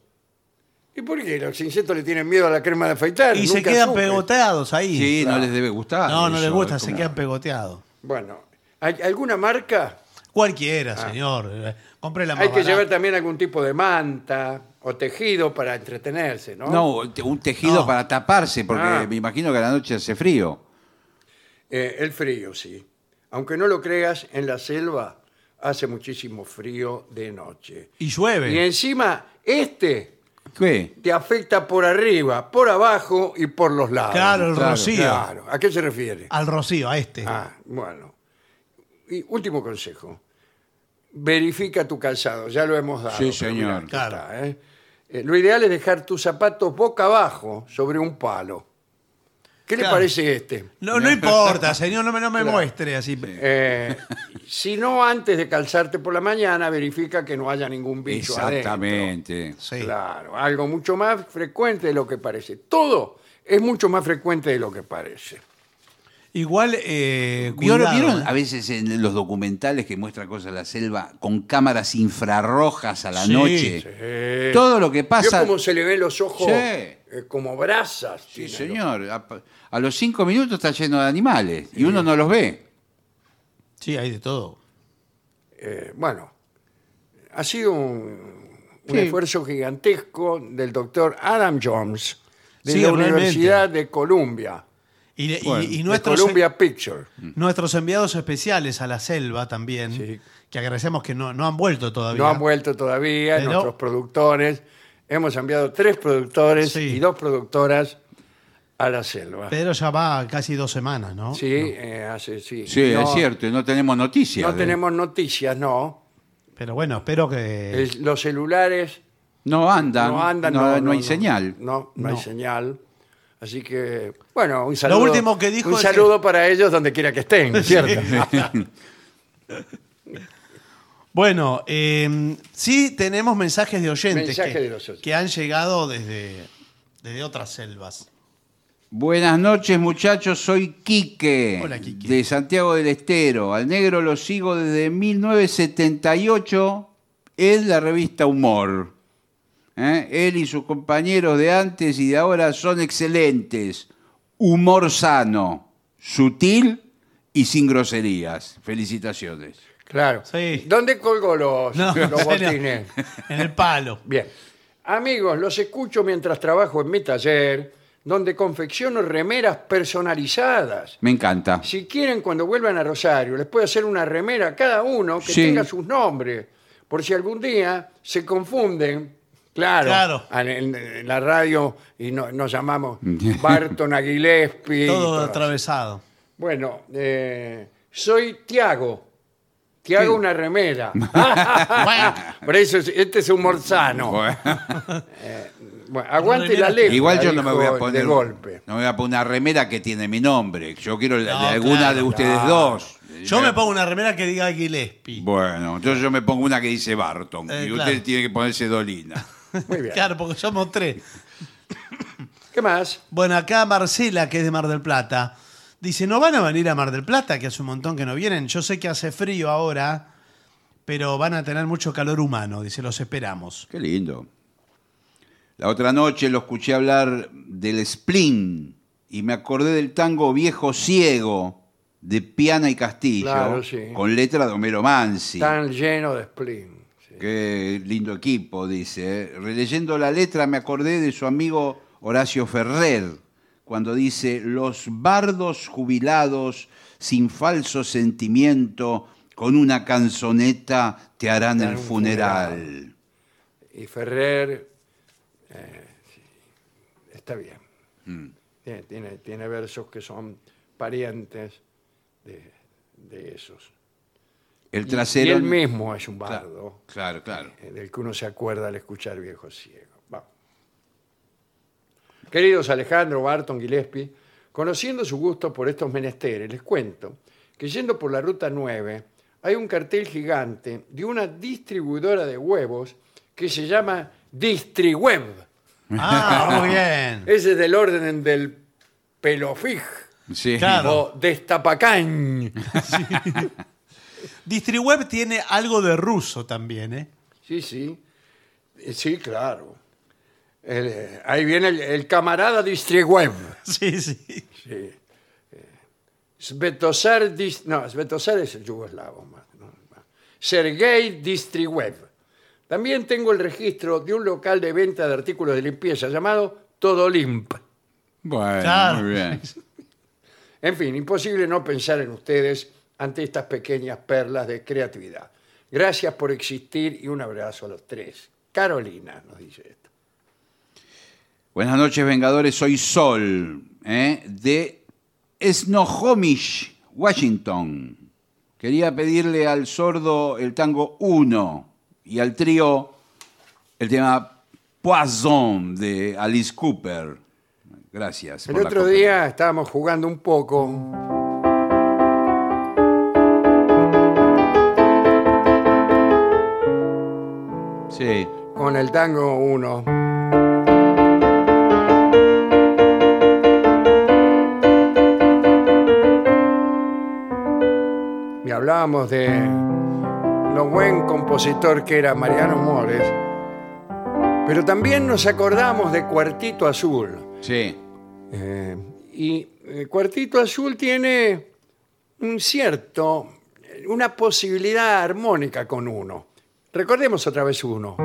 ¿Y por qué los insectos le tienen miedo a la crema de afeitar? Y se Nunca quedan supe. pegoteados ahí. Sí, claro. no les debe gustar. no, no eso, les gusta, es se como- ah. quedan pegoteados. Bueno, ¿hay ¿alguna marca? Cualquiera, señor. Eh, Compre la más Ah. Hay que barata. llevar también algún tipo de manta o tejido para entretenerse, ¿no? No, te- un tejido No. para taparse, porque Ah. me imagino que a la noche hace frío. Eh, el frío, sí. Aunque no lo creas, en la selva hace muchísimo frío de noche. Y Y llueve. encima, este ¿Qué? te afecta por arriba, por abajo y por los lados. Claro, el Claro, rocío. Claro. ¿A qué se refiere? Al rocío, a este. Ah, bueno. Y último consejo. Verifica tu calzado, ya lo hemos dado. Sí, pero señor. mira, aquí Claro. está, ¿eh? Eh, Lo ideal es dejar tus zapatos boca abajo sobre un palo. ¿Qué le Claro. parece este? No, no importa, señor, no me, no me Claro. muestre así. Eh, si no antes de calzarte por la mañana, verifica que no haya ningún bicho adentro. Exactamente. Sí. Claro, algo mucho más frecuente de lo que parece. Todo es mucho más frecuente de lo que parece. Igual, eh, ¿Vieron, cuidado, vieron eh. a veces en los documentales que muestran cosas de la selva con cámaras infrarrojas a la Sí, noche? Eh, Todo lo que ¿Vio pasa. cómo se le ven los ojos Sí. eh, como brasas? Sí, Tiene señor. A, a los cinco minutos está lleno de animales y uno no los ve. Sí, hay de todo. los- eh, bueno, ha sido un, un Sí. esfuerzo gigantesco del doctor Adam Jones de Sí, la realmente. Universidad de Columbia, Y, y- Bueno, y de nuestros, e- Columbia Picture. nuestros enviados especiales a la selva también, Sí. que agradecemos que no, no han vuelto todavía. No han vuelto todavía Pero- nuestros productores. Hemos enviado tres productores Sí. y dos productoras a la selva. Pero ya va casi dos semanas, ¿no? sí, eh, hace, sí. Sí, No- es cierto, ¿eh? y no tenemos noticias. No de- tenemos noticias, no. Pero bueno, espero que... Es- los celulares No andan, no andan. no, no hay señal. No, no, hay No. señal. Así que, bueno, un saludo. último que dijo Un es saludo para ellos donde quiera que estén, ¿cierto? Bueno, eh, sí tenemos mensajes de oyentes Mensajes que, de los oyentes. que han llegado desde, desde otras selvas. Buenas noches, muchachos. Soy Quique, Hola, Quique. de Santiago del Estero. Al negro lo sigo desde 1978 en la revista Humor. ¿Eh? Él y sus compañeros de antes y de ahora son excelentes. Humor sano, sutil y sin groserías. Felicitaciones. Claro. Sí. ¿Dónde colgó los, No, los señor. botines? en el palo. Bien. Amigos, los escucho mientras trabajo en mi taller, donde confecciono remeras personalizadas. Me encanta. Si quieren, cuando vuelvan a Rosario, les puedo hacer una remera a cada uno que Sí. tenga sus nombres. Por si algún día se confunden, claro, Claro. En, en- en la radio y no- nos llamamos Barton Aguilespi. Todo atravesado. Bueno, eh, soy Tiago. Tiago una remera. Por eso, es- este es un morzano. Bueno, aguante Remera la letra. Igual yo no me voy a dijo poner De golpe. No me voy a poner una remera que tiene mi nombre. Yo quiero la No, de alguna claro, de ustedes claro. dos. Yo me pongo una remera que diga Gillespie. Bueno, entonces yo me pongo una que dice Barton Eh, y claro. usted tiene que ponerse Dolina. Muy bien. Claro, porque somos tres. ¿Qué más? Bueno, acá Marcela, que es de Mar del Plata, dice, ¿no van a venir a Mar del Plata? Que hace un montón que no vienen. Yo sé que hace frío ahora, pero van a tener mucho calor humano. Dice, los esperamos. Qué lindo. La otra noche lo escuché hablar del spleen y me acordé del tango Viejo Ciego de Piana y Castillo Claro, sí. con letra de Homero Mansi. Tan lleno de spleen. sí. Qué lindo equipo, dice. ¿eh? Releyendo la letra me acordé de su amigo Horacio Ferrer, cuando dice, los bardos jubilados, sin falso sentimiento, con una canzoneta te harán el un funeral. Y Ferrer. eh, sí, está bien. Mm. Tiene, tiene- tiene versos que son parientes de, de esos. El y trasero... él mismo es un bardo. Claro, claro. eh, del que uno se acuerda al escuchar Viejo Ciego. Va. Queridos Alejandro Barton Gillespie, conociendo su gusto por estos menesteres, les cuento que yendo por la ruta 9 hay un cartel gigante de una distribuidora de huevos que se llama Distriweb. Ah, muy bien. Ese es del orden del pelofij Sí. Claro. o destapacañ. Distriweb tiene algo de ruso también, ¿eh? Sí, sí. Eh, Sí, claro. El, eh, ahí viene el, el camarada Distriweb. Sí, sí. Sí. Eh, Svetozar, Dis- no, Svetozar es el yugoslavo. más, ¿no? Sergei Distriweb. También tengo el registro de un local de venta de artículos de limpieza llamado Todolimp. Bueno, Claro. muy bien. En fin, imposible no pensar en ustedes ante estas pequeñas perlas de creatividad. Gracias por existir y un abrazo a los tres. Carolina nos dice esto. Buenas noches, Vengadores. Soy Sol, ¿eh? de Snohomish, Washington. Quería pedirle al sordo el tango 1 y al trío el tema Poison de Alice Cooper. Gracias. El por la otro cooperación. día estábamos jugando un poco. Sí. con el tango 1. Y hablábamos de lo buen compositor que era Mariano Mores, pero también nos acordamos de Cuartito Azul. Sí. Eh, y eh, Cuartito Azul tiene un cierto, una posibilidad armónica con uno. Recordemos otra vez uno.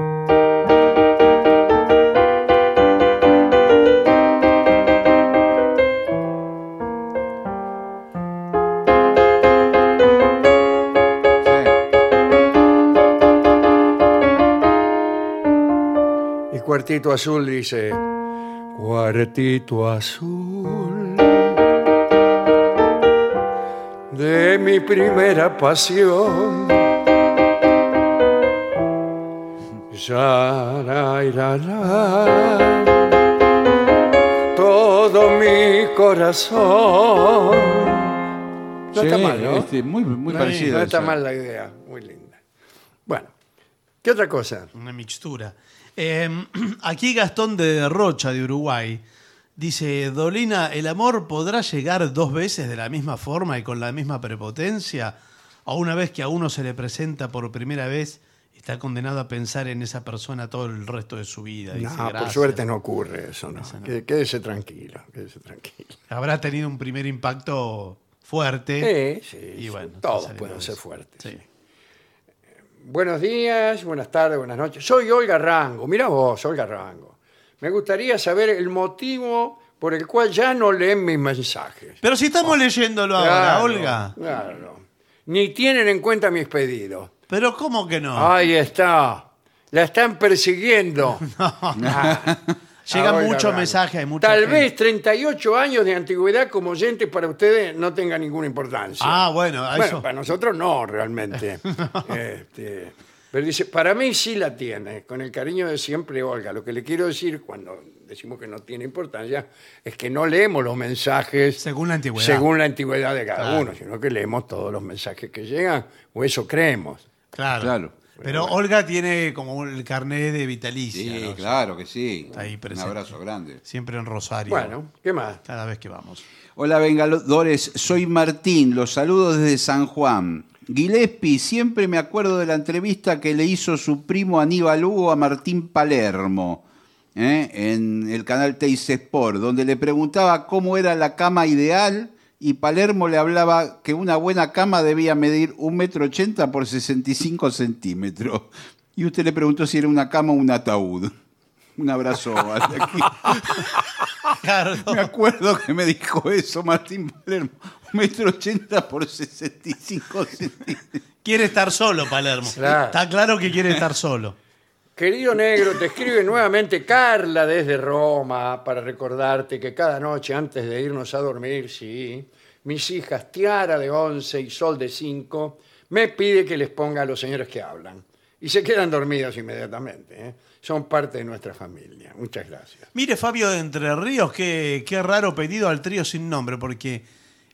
sí. Y Cuartito Azul dice, Cuartito Azul, de mi primera pasión. Ya, la, la, la. todo mi corazón. No Sí, está mal, ¿no? este, muy muy No, parecido. no está eso. mal la idea, muy linda. Bueno, ¿qué otra cosa? Una mixtura. Eh, aquí Gastón de Rocha, de Uruguay, dice, Dolina, ¿el amor podrá llegar dos veces de la misma forma y con la misma prepotencia? ¿O una vez que a uno se le presenta por primera vez, está condenado a pensar en esa persona todo el resto de su vida? Dice, No, por "Gracias". suerte no ocurre eso, no. Qué- Quédese tranquilo, quédese tranquilo. Habrá tenido un primer impacto fuerte. Sí, sí, y sí, bueno, todos saliendo pueden de ser eso. fuertes. Sí. Buenos días, buenas tardes, buenas noches. Soy Olga Rango, mira vos, Olga Rango. Me gustaría saber el motivo por el cual ya no leen mis mensajes. Pero si estamos leyéndolo ahora, Claro, Olga. Claro. Ni tienen en cuenta mis pedidos. Pero ¿cómo que no? Ahí está. La están persiguiendo. Llegan Ahora, muchos Branco. mensajes, hay mucha Tal gente. vez 38 años de antigüedad como oyentes para ustedes no tenga ninguna importancia. Ah, bueno, a Bueno, eh, eso. para nosotros no, realmente. Este, pero dice, para mí sí la tiene, con el cariño de siempre, Olga. Lo que le quiero decir cuando decimos que no tiene importancia es que no leemos los mensajes Según la antigüedad. según la antigüedad de cada Claro. uno, sino que leemos todos los mensajes que llegan, o eso creemos. Claro. Claro. Pero Olga tiene como el carnet de vitalicia. Sí, ¿no? claro que sí. Está ahí Un presente. abrazo grande. Siempre en Rosario. Bueno, ¿qué más? Cada vez que vamos. Hola Vengadores, soy Martín, los saludo desde San Juan. Gillespie, siempre me acuerdo de la entrevista que le hizo su primo Aníbal Hugo a Martín Palermo ¿eh? en el canal Teis Sport, donde le preguntaba cómo era la cama ideal y Palermo le hablaba que una buena cama debía medir 1,80 metro ochenta por 65 centímetros. Y usted le preguntó si era una cama o un ataúd. Un abrazo. hasta aquí. Claro. Me acuerdo que me dijo eso Martín Palermo. Un metro ochenta por 65 centímetros. Quiere estar solo, Palermo. Claro. Está claro que quiere estar solo. Querido negro, te escribe nuevamente Carla desde Roma para recordarte que cada noche antes de irnos a dormir, sí, mis hijas Tiara de 11 y Sol de 5 me pide que les ponga a los señores que hablan. y se quedan dormidos inmediatamente. ¿eh? Son parte de nuestra familia. Muchas gracias. Mire, Fabio de Entre Ríos, qué, qué raro pedido al trío sin nombre, porque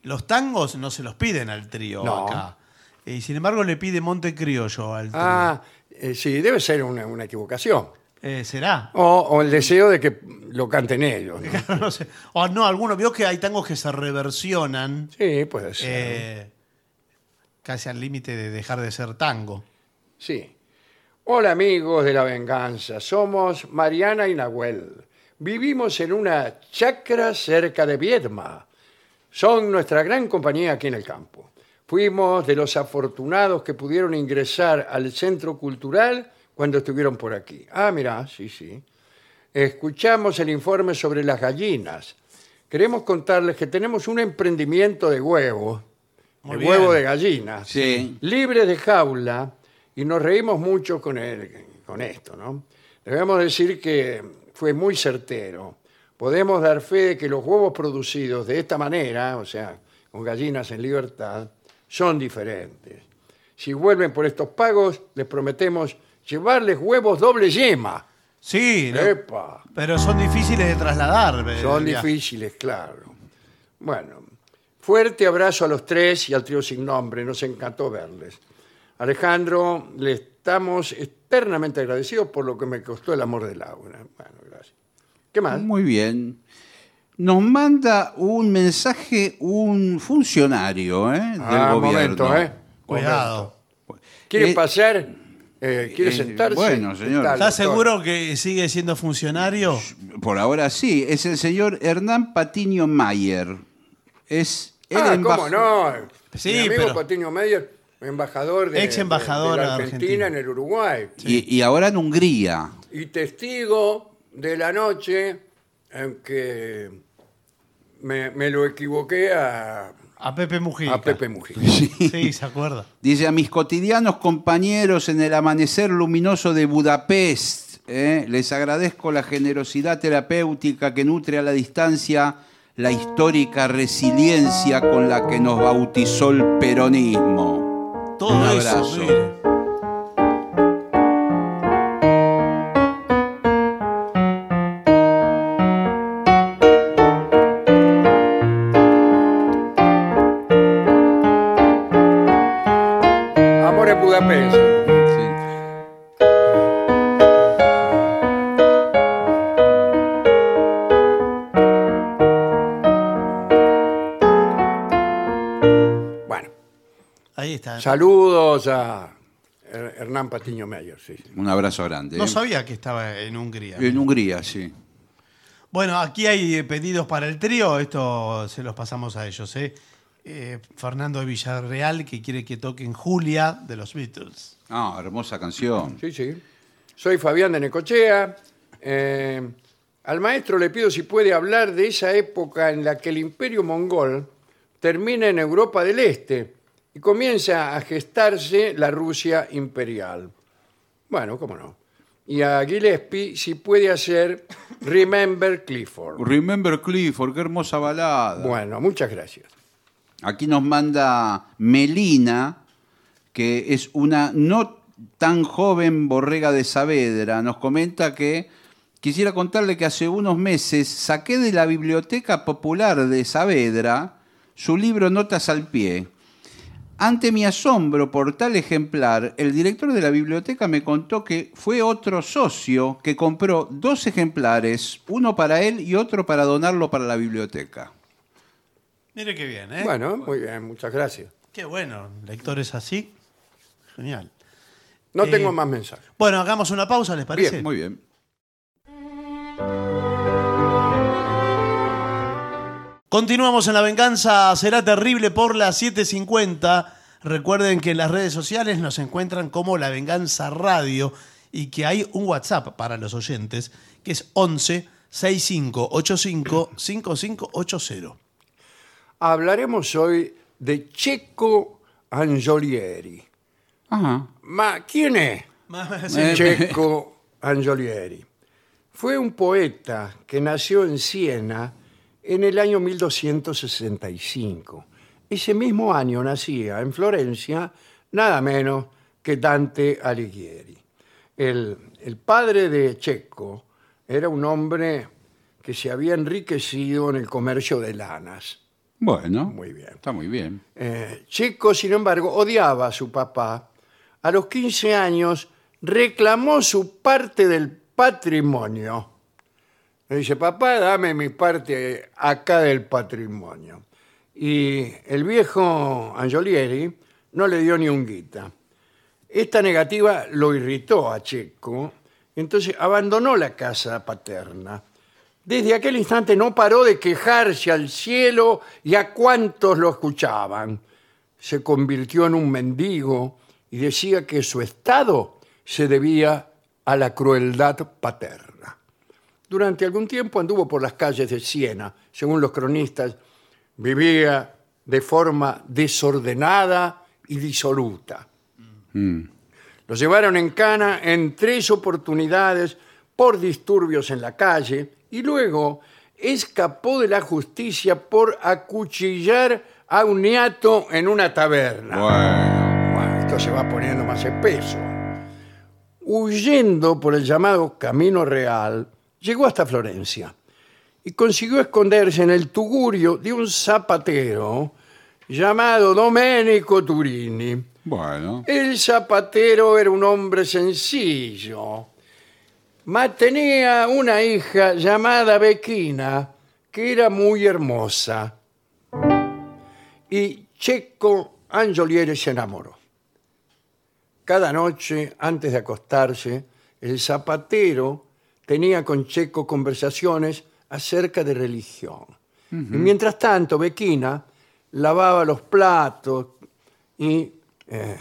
los tangos no se los piden al trío No. acá. Y sin embargo le pide Monte Criollo al trío. Ah, eh, sí, debe ser una, una equivocación. Eh, ¿Será? O, o el deseo de que lo canten ellos. ¿no? no sé. O no, algunos, vio que hay tangos que se reversionan Sí, puede ser. eh, casi al límite de dejar de ser tango. Sí. Hola amigos de la venganza, somos Mariana y Nahuel. Vivimos en una chacra cerca de Viedma. Son nuestra gran compañía aquí en el campo. Fuimos de los afortunados que pudieron ingresar al centro cultural cuando estuvieron por aquí. Ah, mirá, sí, sí. Escuchamos el informe sobre las gallinas. Queremos contarles que tenemos un emprendimiento de huevos, Muy de huevo bien. de gallina Sí. libre de jaula, y nos reímos mucho con, él, con esto, ¿no? Debemos decir que fue muy certero. Podemos dar fe de que los huevos producidos de esta manera, o sea, con gallinas en libertad, son diferentes. Si vuelven por estos pagos, les prometemos llevarles huevos doble yema. Sí, ¿no? ¡Epa! pero son difíciles de trasladar. eh, Eh. Son ya. difíciles, claro. Bueno, fuerte abrazo a los tres y al trío sin nombre. Nos encantó verles. Alejandro, le estamos eternamente agradecidos por lo que me costó el amor de Laura. Bueno, gracias. ¿Qué más? Muy bien. Nos manda un mensaje un funcionario ¿eh? del Ah, gobierno. momento, ¿eh? Cuidado. ¿Quiere Eh, pasar? Eh, ¿Quiere eh, sentarse? bueno, señor. Dale, ¿Está doctor. seguro que sigue siendo funcionario? Por ahora sí, es el señor Hernán Patiño Mayer. Es el Ah, cómo embaj- no. Sí, Mi amigo pero- Patiño Meyer, embajador de, Ex embajador de la de Argentina Argentina. en el Uruguay. Y, y ahora en Hungría. y testigo de la noche en que me, me lo equivoqué a, A Pepe Mujica. a Pepe Mujica. Sí, se acuerda. Dice, a mis cotidianos compañeros en el amanecer luminoso de Budapest, ¿eh? les agradezco la generosidad terapéutica que nutre a la distancia la histórica resiliencia con la que nos bautizó el peronismo. Todo Un eso. abrazo. mire. Amor en Budapest. Bueno, Ahí está. saludos a Her- Hernán Patiño Meyer. Sí, sí. Un abrazo grande. No ¿eh? sabía que estaba en Hungría. En Hungría, sí. Bueno, aquí hay eh, pedidos para el trío, esto se los pasamos a ellos. ¿eh? Eh, Fernando de Villarreal, que quiere que toquen Julia de los Beatles. Ah, hermosa canción. Sí, sí. Soy Fabián de Necochea. Eh, al maestro le pido si puede hablar de esa época en la que el imperio mongol termina en Europa del Este y comienza a gestarse la Rusia imperial. Bueno, cómo no. Y a Gillespie si puede hacer Remember Clifford. Remember Clifford, qué hermosa balada. Bueno, muchas gracias. Aquí nos manda Melina, que es una no tan joven borrega de Saavedra. Nos comenta que quisiera contarle que hace unos meses saqué de la Biblioteca Popular de Saavedra su libro Notas al Pie. Ante mi asombro por tal ejemplar, el director de la biblioteca me contó que fue otro socio que compró dos ejemplares, uno para él y otro para donarlo para la biblioteca. Mire qué bien, ¿eh? Bueno, muy bien, muchas gracias. Qué bueno, lectores así. Genial. No Eh, tengo más mensajes. Bueno, hagamos una pausa, ¿les parece? Bien, muy bien. Continuamos en La Venganza Será Terrible por las 7.50. Recuerden que en las redes sociales nos encuentran como La Venganza Radio y que hay un WhatsApp para los oyentes que es 11 6585 5580. Hablaremos hoy de Checo Angiolieri. Ajá. Ma, ¿quién es? Eh, Checo Angiolieri. Fue un poeta que nació en Siena en el año 1265. Ese mismo año nacía en Florencia nada menos que Dante Alighieri. El, el padre de Checo era un hombre que se había enriquecido en el comercio de lanas. Bueno. Muy bien. Está muy bien. Eh, Checo, sin embargo, odiaba a su papá. A los 15 años reclamó su parte del patrimonio. Le dice, papá, dame mi parte acá del patrimonio. Y el viejo Angiolieri no le dio ni un guita. Esta negativa lo irritó a Checo, entonces abandonó la casa paterna. Desde aquel instante no paró de quejarse al cielo y a cuantos lo escuchaban. Se convirtió en un mendigo y decía que su estado se debía a la crueldad paterna. Durante algún tiempo anduvo por las calles de Siena, según los cronistas, vivía de forma desordenada y disoluta. Lo llevaron en cana en tres oportunidades por disturbios en la calle y luego escapó de la justicia por acuchillar a un niato en una taberna. Bueno. Bueno, esto se va poniendo más espeso. Huyendo por el llamado Camino Real, llegó hasta Florencia y consiguió esconderse en el tugurio de un zapatero llamado Domenico Turini. Bueno. El zapatero era un hombre sencillo. Ma tenía una hija llamada Bequina, que era muy hermosa. Y Checo Angiolieri se enamoró. Cada noche, antes de acostarse, el zapatero tenía con Checo conversaciones acerca de religión. Y mientras tanto, Bequina lavaba los platos y eh,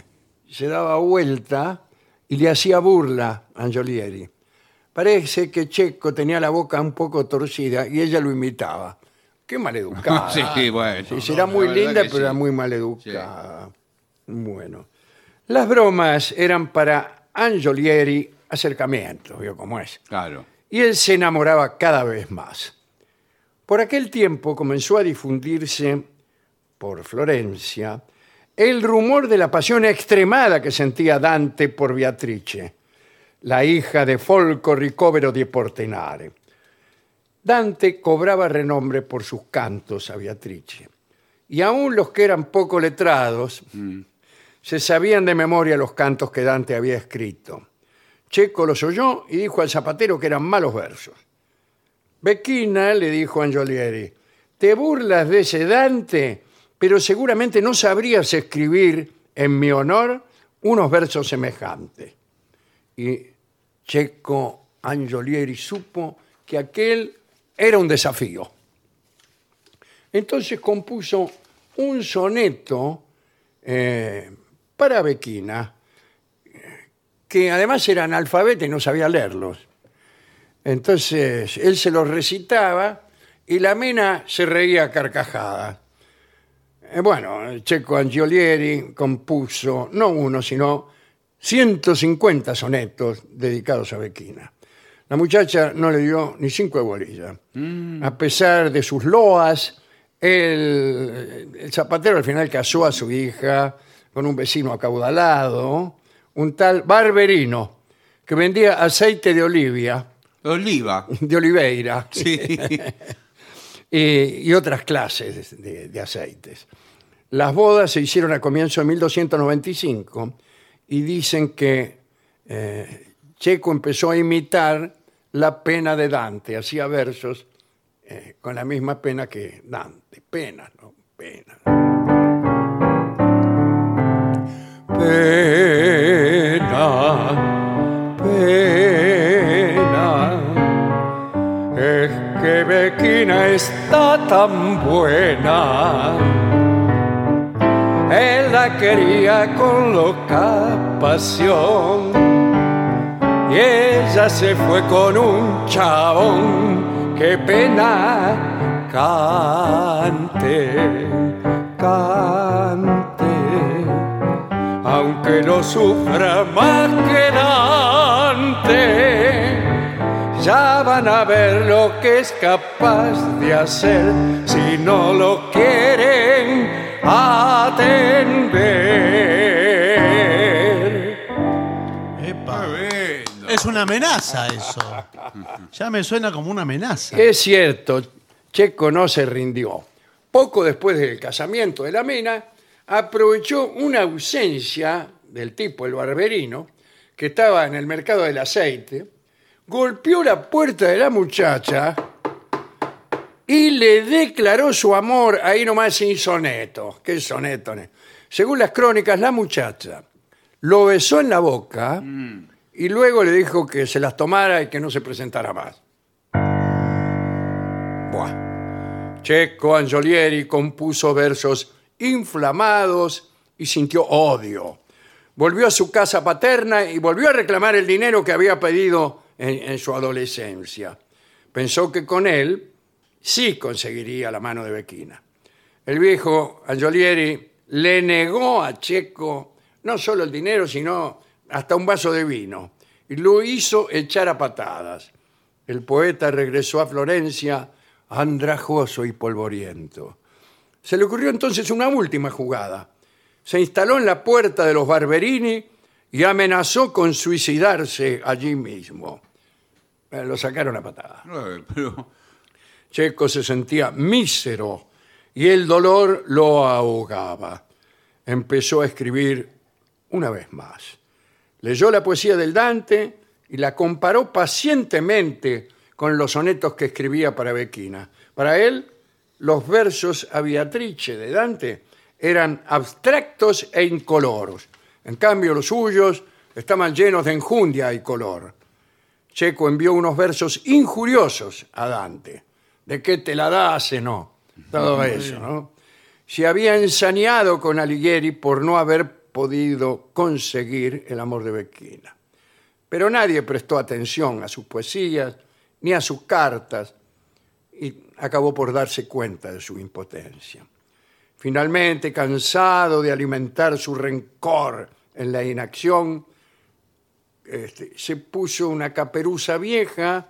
se daba vuelta y le hacía burla a Angiolieri. Parece que Checo tenía la boca un poco torcida y ella lo imitaba. Qué maleducada. Sí, bueno. Sí, será muy La verdad linda, que pero era sí. muy maleducada. Bueno. Las bromas eran para Angiolieri acercamiento, vio cómo es. Claro. Y él se enamoraba cada vez más. Por aquel tiempo comenzó a difundirse por Florencia el rumor de la pasión extremada que sentía Dante por Beatrice, la hija de Folco Ricovero di Portenare. Dante cobraba renombre por sus cantos a Beatrice, y aún los que eran poco letrados se sabían de memoria los cantos que Dante había escrito. Checo los oyó y dijo al zapatero que eran malos versos. Bequina le dijo a Angiolieri, te burlas de ese Dante, pero seguramente no sabrías escribir en mi honor unos versos semejantes. Y Checo Angiolieri supo que aquel era un desafío. Entonces compuso un soneto eh, para Bequina, que además era analfabeta y no sabía leerlos. Entonces él se los recitaba y la mina se reía a carcajadas. Eh, bueno, Checo Angiolieri compuso no uno, sino 150 sonetos dedicados a Bequina. La muchacha no le dio ni cinco de bolilla. A pesar de sus loas, el, el zapatero al final casó a su hija con un vecino acaudalado, un tal Barberino, que vendía aceite de olivia, Oliva. de oliveira Sí. eh, y otras clases de, de aceites. Las bodas se hicieron a comienzo de 1295 y dicen que eh, Checo empezó a imitar la pena de Dante, hacía versos eh, con la misma pena que Dante. Pena, ¿no? Pena. Pena, pena. Es que Bequina está tan buena. Él la quería con loca pasión. Y ella se fue con un chabón. Qué pena. Cante, cante. Aunque lo sufra más que Dante ya van a ver lo que es capaz de hacer si no lo quieren atender. es una amenaza eso. Ya me suena como una amenaza. Eh, Es cierto, Checo no se rindió. Poco después del casamiento de la mina, aprovechó una ausencia del tipo, el barberino, que estaba en el mercado del aceite, golpeó la puerta de la muchacha y le declaró su amor ahí nomás sin soneto. ¿Qué soneto? ne? Según las crónicas, la muchacha lo besó en la boca y luego le dijo que se las tomara y que no se presentara más. Buah. Checo Angiolieri compuso versos inflamados y sintió odio. Volvió a su casa paterna y volvió a reclamar el dinero que había pedido en, en su adolescencia. Pensó que con él sí conseguiría la mano de Bequina. El viejo Angiolieri le negó a Checo no solo el dinero, sino hasta un vaso de vino, y lo hizo echar a patadas. El poeta regresó a Florencia andrajoso y polvoriento. Se le ocurrió entonces una última jugada. Se instaló en la puerta de los Barberini y amenazó con suicidarse allí mismo. Eh, Lo sacaron a patadas. Eh, Pero, Checo se sentía mísero y el dolor lo ahogaba. Empezó a escribir una vez más. Leyó la poesía del Dante y la comparó pacientemente con los sonetos que escribía para Bequina. Para él, los versos a Beatrice de Dante eran abstractos e incoloros. En cambio, los suyos estaban llenos de enjundia y color. Checo envió unos versos injuriosos a Dante. ¿De qué te la da, no? Todo eso, ¿no? Se había ensañado con Alighieri por no haber podido conseguir el amor de Bequina. Pero nadie prestó atención a sus poesías ni a sus cartas y acabó por darse cuenta de su impotencia. Finalmente, cansado de alimentar su rencor en la inacción, este, se puso una caperuza vieja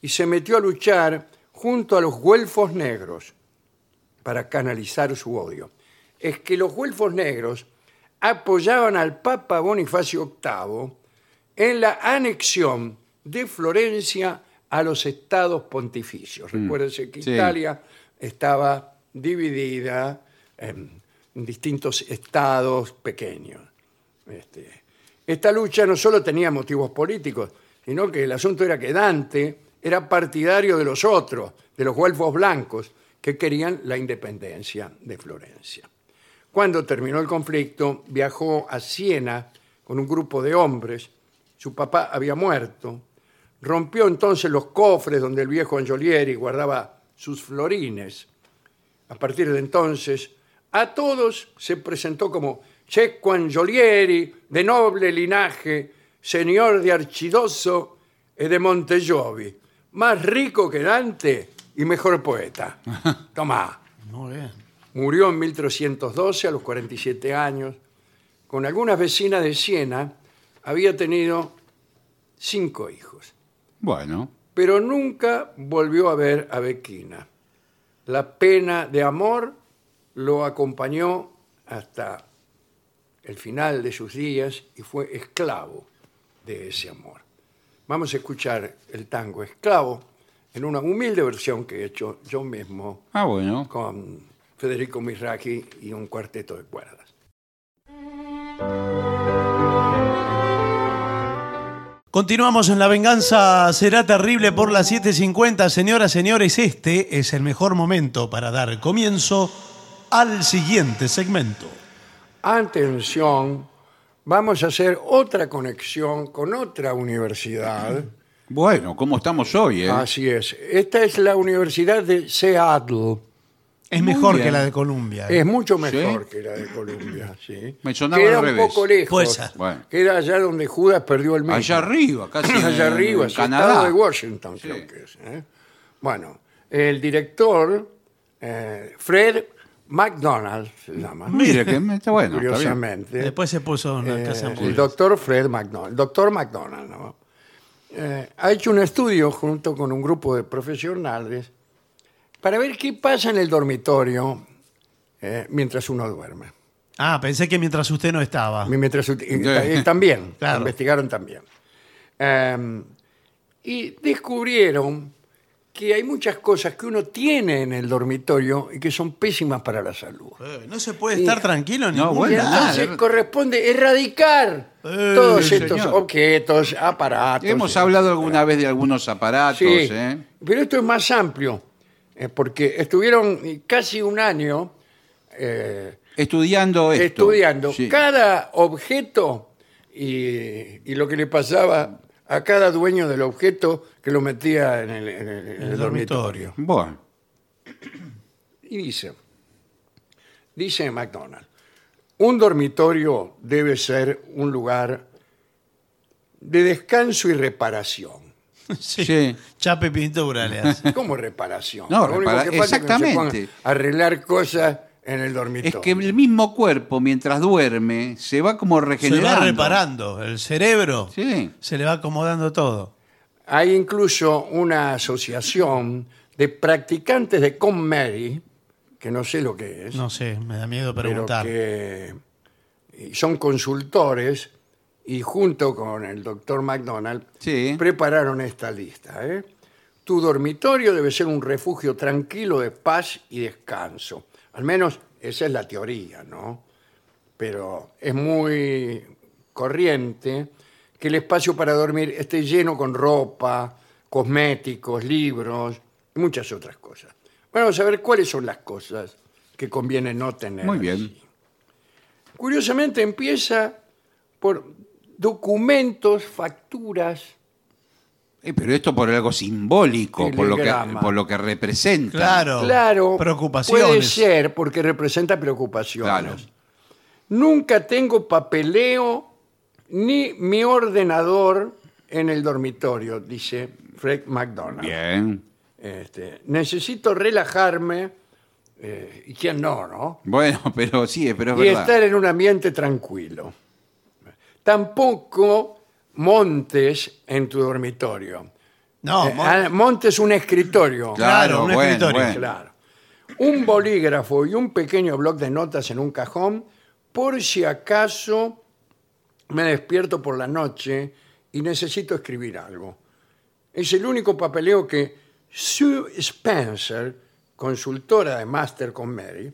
y se metió a luchar junto a los güelfos negros para canalizar su odio. Es que los güelfos negros apoyaban al Papa Bonifacio VIII en la anexión de Florencia a los estados pontificios. Recuérdense que sí. Italia estaba dividida en distintos estados pequeños. Este, esta lucha no solo tenía motivos políticos, sino que el asunto era que Dante era partidario de los otros, de los güelfos blancos, que querían la independencia de Florencia. Cuando terminó el conflicto, viajó a Siena con un grupo de hombres. Su papá había muerto. Rompió entonces los cofres donde el viejo Angiolieri guardaba sus florines. A partir de entonces, a todos se presentó como Checo Angiolieri, de noble linaje, señor de Archidoso y de Montejovi, más rico que Dante y mejor poeta. Tomá. Muy bien. Murió en 1312 a los 47 años. Con algunas vecinas de Siena había tenido cinco hijos, bueno, pero nunca volvió a ver a Bequina. La pena de amor lo acompañó hasta el final de sus días y fue esclavo de ese amor. Vamos a escuchar el tango Esclavo en una humilde versión que he hecho yo mismo ah, bueno. con Federico Misraki y un cuarteto de cuerdas. Continuamos en La Venganza Será Terrible por las 7.50. Señoras, señores, este es el mejor momento para dar comienzo al siguiente segmento. Atención, vamos a hacer otra conexión con otra universidad. Bueno, ¿cómo estamos hoy, eh? Así es. Esta es la Universidad de Seattle. Es mejor bien. que la de Colombia. Es mucho mejor que la de Colombia. Sí. Me sonaba Queda al un revés. poco lejos. Puede ser. Bueno. Queda allá donde Judas perdió el mismo. Allá arriba, casi. allá en- arriba, en sí, estado Canadá. de Washington, Sí. creo que es. ¿eh? Bueno, el director eh, Fred McDonald se llama, Mire, que me- está bueno. está bien. curiosamente. Después se puso una casa Eh, el hamburguesa. doctor Fred McDonald, doctor McDonald, ¿no? Eh, ha hecho un estudio junto con un grupo de profesionales para ver qué pasa en el dormitorio eh, mientras uno duerme. Ah, pensé que mientras usted no estaba. Mientras, y- y- y también, Claro. investigaron también. Em, y descubrieron que hay muchas cosas que uno tiene en el dormitorio y que son pésimas para la salud. Eh, no se puede estar tranquilo ni No, Y bueno. Pues nada, entonces de- corresponde erradicar Eh, todos sí, estos señor. objetos, aparatos. Hemos eh, hablado alguna vez de algunos aparatos, Sí, ¿eh? pero esto es más amplio, eh, porque estuvieron casi un año eh, Estudiando esto. estudiando Sí. cada objeto y, y lo que le pasaba a cada dueño del objeto que lo metía en el, en el- en el dormitorio. dormitorio. Bueno, Y dice, dice McDonald, un dormitorio debe ser un lugar de descanso y reparación. Sí. Sí. Chape pintura le hace. ¿Cómo reparación? No, Lo único repara- que falta es que se pongan exactamente. a arreglar cosas en el es dormitorio. que el mismo cuerpo, mientras duerme, se va como Se regenerando. va reparando. El cerebro Sí. se le va acomodando todo. Hay incluso una asociación de practicantes de Conmeri, que no sé lo que es, No sé, me da miedo pero preguntar. que eh, son consultores y junto con el doctor McDonald Sí. prepararon esta lista. ¿eh? Tu dormitorio debe ser un refugio tranquilo de paz y descanso. Al menos esa es la teoría, ¿no? Pero es muy corriente que el espacio para dormir esté lleno con ropa, cosméticos, libros y muchas otras cosas. Bueno, vamos a ver cuáles son las cosas que conviene no tener. Muy bien. Curiosamente empieza por documentos, facturas, Eh, pero esto por algo simbólico, por lo, que, Telegrama. por lo que representa. Claro. Claro. Puede Preocupaciones. ser porque representa preocupaciones. Claro. Nunca tengo papeleo ni mi ordenador en el dormitorio, dice Fred McDonald. Bien. Este, necesito relajarme, eh, y quién no, ¿no? Bueno, pero sí, pero es Y verdad. estar en un ambiente tranquilo. Tampoco montes en tu dormitorio. No, Eh, mo- ah, montes un escritorio. claro, un bueno, escritorio. bueno. Claro. Un bolígrafo y un pequeño bloc de notas en un cajón por si acaso me despierto por la noche y necesito escribir algo. Es el único papeleo que Sue Spencer, consultora de Master con Mary,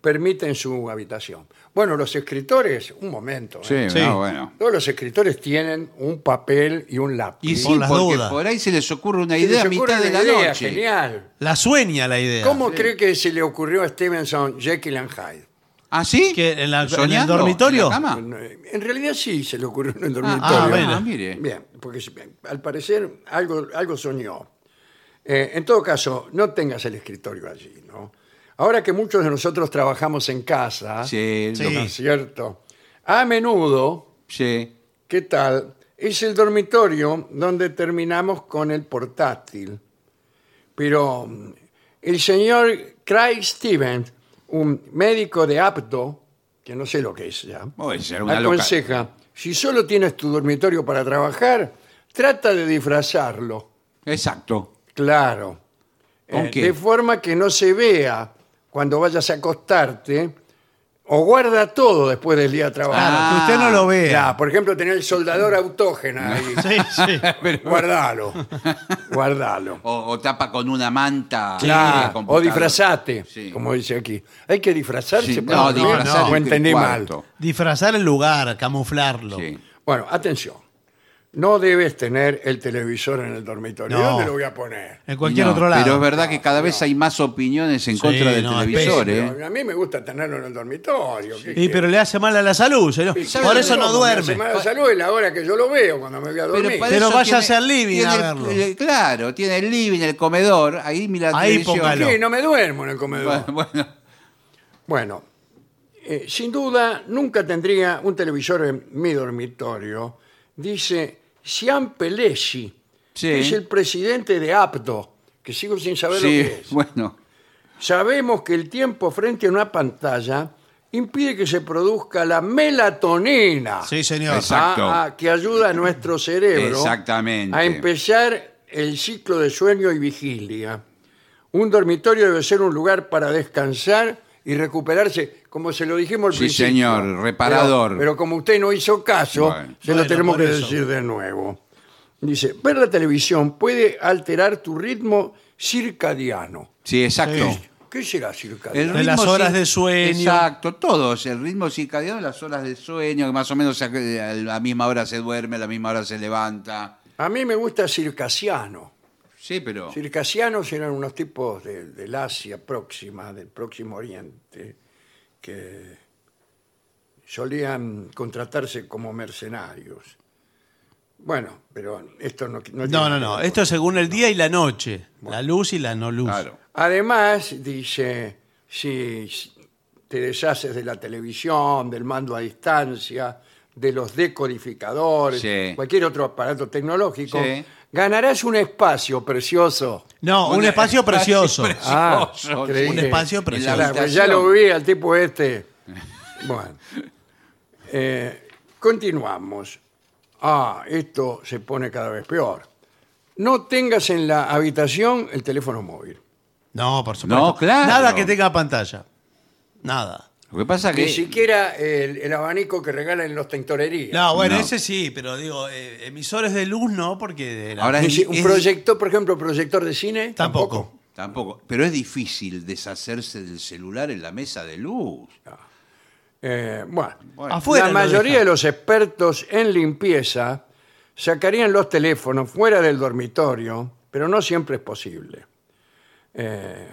permite en su habitación. Bueno, los escritores, un momento. ¿eh? Sí, Sí. no, bueno. Todos los escritores tienen un papel y un lápiz. Y Por sí, las porque dudas. por ahí se les ocurre una Se les idea a ocurre mitad de una la idea, noche. Genial. La sueña la idea. ¿Cómo cree que se le ocurrió a Stevenson Jekyll and Hyde? ¿Ah, sí? ¿Que en la- en el ¿Soñando? dormitorio? ¿En la cama? eh, En realidad sí se le ocurrió en el dormitorio. Ah, Ah, bueno. bueno. mire. Bien, porque si- al parecer algo, algo soñó. Eh, en todo caso, no tengas el escritorio allí, ¿no? Ahora que muchos de nosotros trabajamos en casa, Sí, Sí. lo- ¿no es cierto? A menudo, sí. ¿qué tal? Es el dormitorio donde terminamos con el portátil. Pero mm, el señor Craig Stevens, un médico de apto, que no sé lo que es ya, Puede ser una loca- aconseja, si solo tienes tu dormitorio para trabajar, trata de disfrazarlo, Exacto. claro, Eh, ¿Con qué? de forma que no se vea cuando vayas a acostarte o guarda todo después del día de trabajo. Claro, Ah, que usted no lo Ya, vea. por ejemplo, tener el soldador autógena ahí. Sí, sí. Guardalo. Guardalo. O, o tapa con una manta. Claro, el o computador. disfrazate, Sí. como dice aquí. Hay que disfrazarse Sí, para no, dormir, disfrazate o entendí del mal. cuarto. Disfrazar el lugar, camuflarlo. Sí. Bueno, atención. No debes tener el televisor en el dormitorio. No. ¿Dónde lo voy a poner? En cualquier No, otro lado. Pero es verdad que cada vez hay más opiniones en Sí, contra del no, es televisor, pésimo. ¿eh? Pero A mí me gusta tenerlo en el dormitorio. ¿qué Y quiere? pero le hace mal a la salud, señor. Sí, Por ¿sabe eso no cómo? Me hace duerme. mal a la salud es la hora que yo lo veo cuando me voy a dormir. para Pero eso váyase al living tiene a el- verlo. el- claro, tiene el living, el comedor, ahí mira la Ahí televisión. póngalo. Sí, no me duermo en el comedor. Bueno, bueno, Bueno, eh, sin duda nunca tendría un televisor en mi dormitorio. Dice Sian Pelesi, Sí. que es el presidente de APTO, que sigo sin saber lo sí, que es. bueno. Sabemos que el tiempo frente a una pantalla impide que se produzca la melatonina. Sí, señor. Exacto. a- a- que ayuda a nuestro cerebro Exactamente. a empezar el ciclo de sueño y vigilia. Un dormitorio debe ser un lugar para descansar y recuperarse, como se lo dijimos al Sí, principio. señor, reparador. Pero, pero como usted no hizo caso, Bueno. se lo Bueno, tenemos por que eso. decir de nuevo. Dice, ver la televisión puede alterar tu ritmo circadiano. Sí, exacto. Sí. ¿Qué será El circadiano? De las ritmo horas cir- de sueño. Exacto, todos. El ritmo circadiano, las horas de sueño, que más o menos a a la misma hora se duerme, a la misma hora se levanta. A mí me gusta circasiano. Sí, pero. Circasianos eran unos tipos de- del Asia próxima, del próximo Oriente, que solían contratarse como mercenarios. Bueno, pero esto no... no No, tiene- no, no. Esto es según el día y la noche. La luz y la no luz. Claro. Además, dice, si te deshaces de la televisión, del mando a distancia, de los decodificadores, Sí. cualquier otro aparato tecnológico, Sí. ganarás un espacio precioso. No, un, Un espacio espacio precioso. precioso. Ah, Precioso, creí sí. Un que- espacio En la precioso. Claro, pues ya habitación. lo vi al tipo este. Bueno. Eh, continuamos. Ah, esto se pone cada vez peor. No tengas en la habitación el teléfono móvil. No, por supuesto. No, claro. Nada que tenga pantalla. Nada. Lo que pasa Ni que. siquiera el, el abanico que regalan los tintorerías. No, bueno, No. ese sí, pero digo, eh, emisores de luz no, porque... de la- Ahora Ni si- un es- proyector, por ejemplo, proyector de cine. Tampoco. Tampoco. Pero es difícil deshacerse del celular en la mesa de luz. Eh, bueno. Bueno. Afuera la lo mayoría deja. de los expertos en limpieza sacarían los teléfonos fuera del dormitorio, pero no siempre es posible. Eh,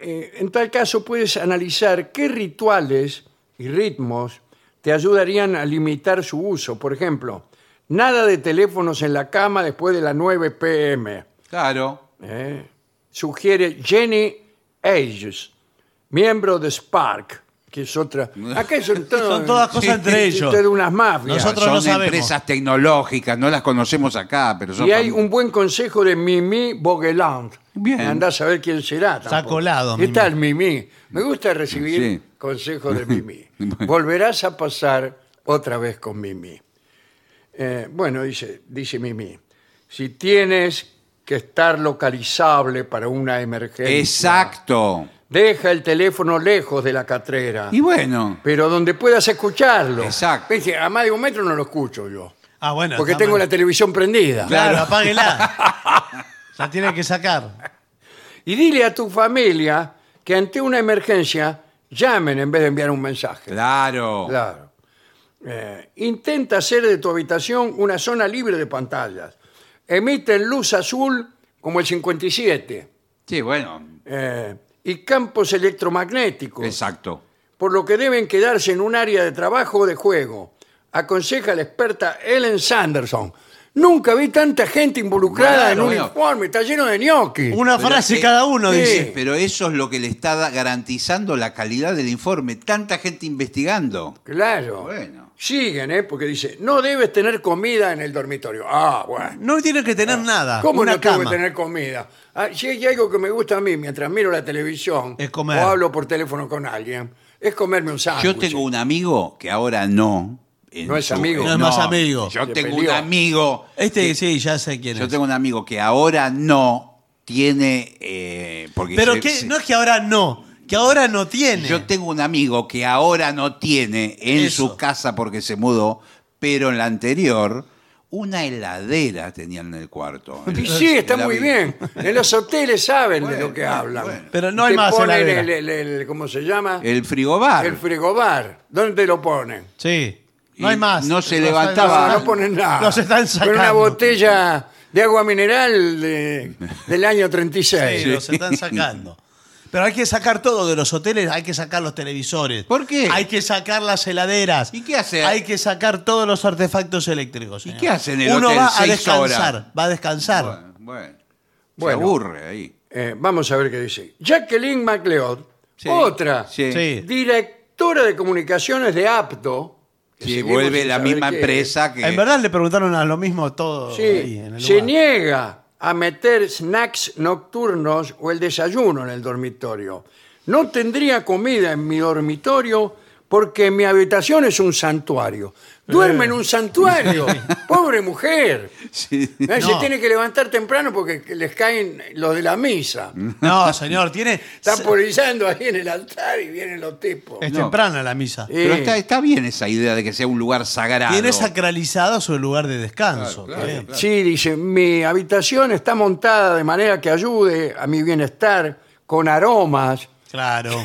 eh, en tal caso puedes analizar qué rituales y ritmos te ayudarían a limitar su uso. Por ejemplo, nada de teléfonos en la cama después de las 9 pm. Claro. ¿eh? Sugiere Jenny Ages, miembro de Spark, que es otra. Acá son, todos- Son todas cosas entre ellos. de unas mafias. Nosotros son no sabemos. empresas tecnológicas, no las conocemos acá, pero son. Y hay un buen consejo de Mimi Bogeland. Bien. Andá a saber quién será. tampoco. colado, ¿Qué Mimi. tal, Mimi? Me gusta recibir Sí. consejos de Mimi. Bueno. Volverás a pasar otra vez con Mimi. Eh, bueno, dice, dice Mimi, si tienes que estar localizable para una emergencia. Exacto. Deja el teléfono lejos de la catrera. Y bueno. Pero donde puedas escucharlo. Exacto. Viste, a más de un metro no lo escucho yo. Ah, bueno. Porque está tengo mal. la televisión prendida. Claro, apáguela. la tiene que sacar. Y dile a tu familia que ante una emergencia llamen en vez de enviar un mensaje. Claro. Claro. Eh, intenta hacer de tu habitación una zona libre de pantallas. Emiten luz azul como el 57 Sí, bueno. eh, y campos electromagnéticos. Exacto. por lo que deben quedarse en un área de trabajo o de juego. Aconseja la experta Ellen Sanderson. Nunca vi tanta gente involucrada Claro, en un bueno. informe, está lleno de ñoquis. Una Pero, frase eh, cada uno sí. dice. Pero eso es lo que le está da- garantizando la calidad del informe. Tanta gente investigando. Claro. Bueno. Siguen, ¿eh? Porque dice, no debes tener comida en el dormitorio. Ah, bueno. No tiene que tener nada. ¿Cómo Ah, una no tengo cama. que tener comida? Ah, si hay algo que me gusta a mí mientras miro la televisión Es comer. o hablo por teléfono con alguien, es comerme un sándwich. Yo tengo un amigo que ahora no. en Ah, No es amigo. No es más amigo. Yo Se tengo peleó. un amigo. Este sí, ya sé quién Yo es. tengo un amigo que ahora no tiene. eh, porque Pero se- que, se- no es que ahora no, que ahora no tiene. Yo tengo un amigo que ahora no tiene en Eso. su casa porque se mudó, pero en la anterior una heladera tenían en el cuarto. Y sí, está La muy vi. bien. En los hoteles saben de Bueno, lo que bueno, hablan. bueno. Pero no hay Te más ponen heladera. el, el- el- ¿Cómo se llama? El frigobar. El frigobar. ¿Dónde lo ponen? Sí. Y No hay más. no se Los- levantaba. No, Ah, no ponen nada. Los están sacando. Con una botella de agua mineral de- del año 36. Sí, los están sacando. Pero hay que sacar todo de los hoteles, hay que sacar los televisores. ¿Por qué? Hay que sacar las heladeras. ¿Y qué hacer? Hay que sacar todos los artefactos eléctricos. señor. qué hace en el Uno hotel va a seis descansar, horas? va a descansar. Bueno, bueno. Bueno. Se aburre ahí. Eh, vamos a ver qué dice. Jacqueline MacLeod, Sí, otra Sí. Sí. directora de comunicaciones de APTO. que Sí, seguimos vuelve sin la saber misma qué es. empresa que. En verdad le preguntaron a lo mismo todo Sí, ahí en el se lugar. niega a meter snacks nocturnos o el desayuno en el dormitorio. No tendría comida en mi dormitorio porque mi habitación es un santuario. Duerme Eh. en un santuario. Pobre mujer. Sí. Eh, Se No. tiene que levantar temprano porque les caen los de la misa. No, señor, tiene. Están polillando ahí en el altar y vienen los tipos. Es No. temprana la misa. Eh, Pero está, está bien esa idea de que sea un lugar sagrado. Tiene sacralizado su lugar de descanso. ¿eh? Claro, bien. claro. Sí, dice, mi habitación está montada de manera que ayude a mi bienestar con aromas. Ah, Claro.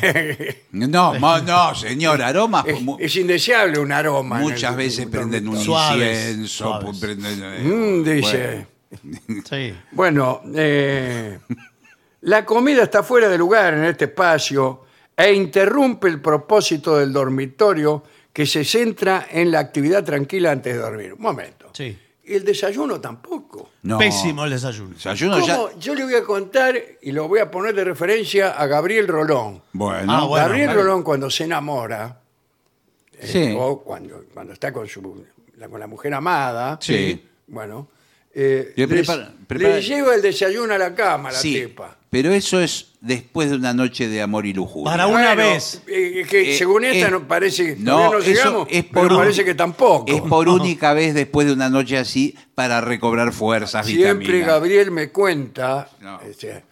No, mo- no, señor, aromas. Es, pues mu- es indeseable un aroma. en muchas el- veces un prenden un dormitorio. Suaves, incienso. suaves. pu- prenden, eh, Mm, dice. bueno. Sí. Bueno, eh, la comida está fuera de lugar en este espacio e interrumpe el propósito del dormitorio que se centra en la actividad tranquila antes de dormir. Un momento. Sí. Y el desayuno tampoco. No. Pésimo el desayuno. Desayuno ya. ¿Cómo? Yo le voy a contar y lo voy a poner de referencia a Gabriel Rolón. Bueno, Ah, bueno. Gabriel claro. Rolón cuando se enamora eh, sí. o cuando, cuando está con, su, la, con la mujer amada, Sí. bueno, eh, Le les- prepara- le prepara- lleva el desayuno a la cama a la Sí, tipa. Pero eso es después de una noche de amor y lujuria. Para un- Una vez. eh, que Eh, según esta eh, no parece, no, todavía no eso llegamos, es pero por un- parece que tampoco. Es por única vez después de una noche así para recobrar fuerzas, siempre vitaminas. Gabriel me cuenta, No. este,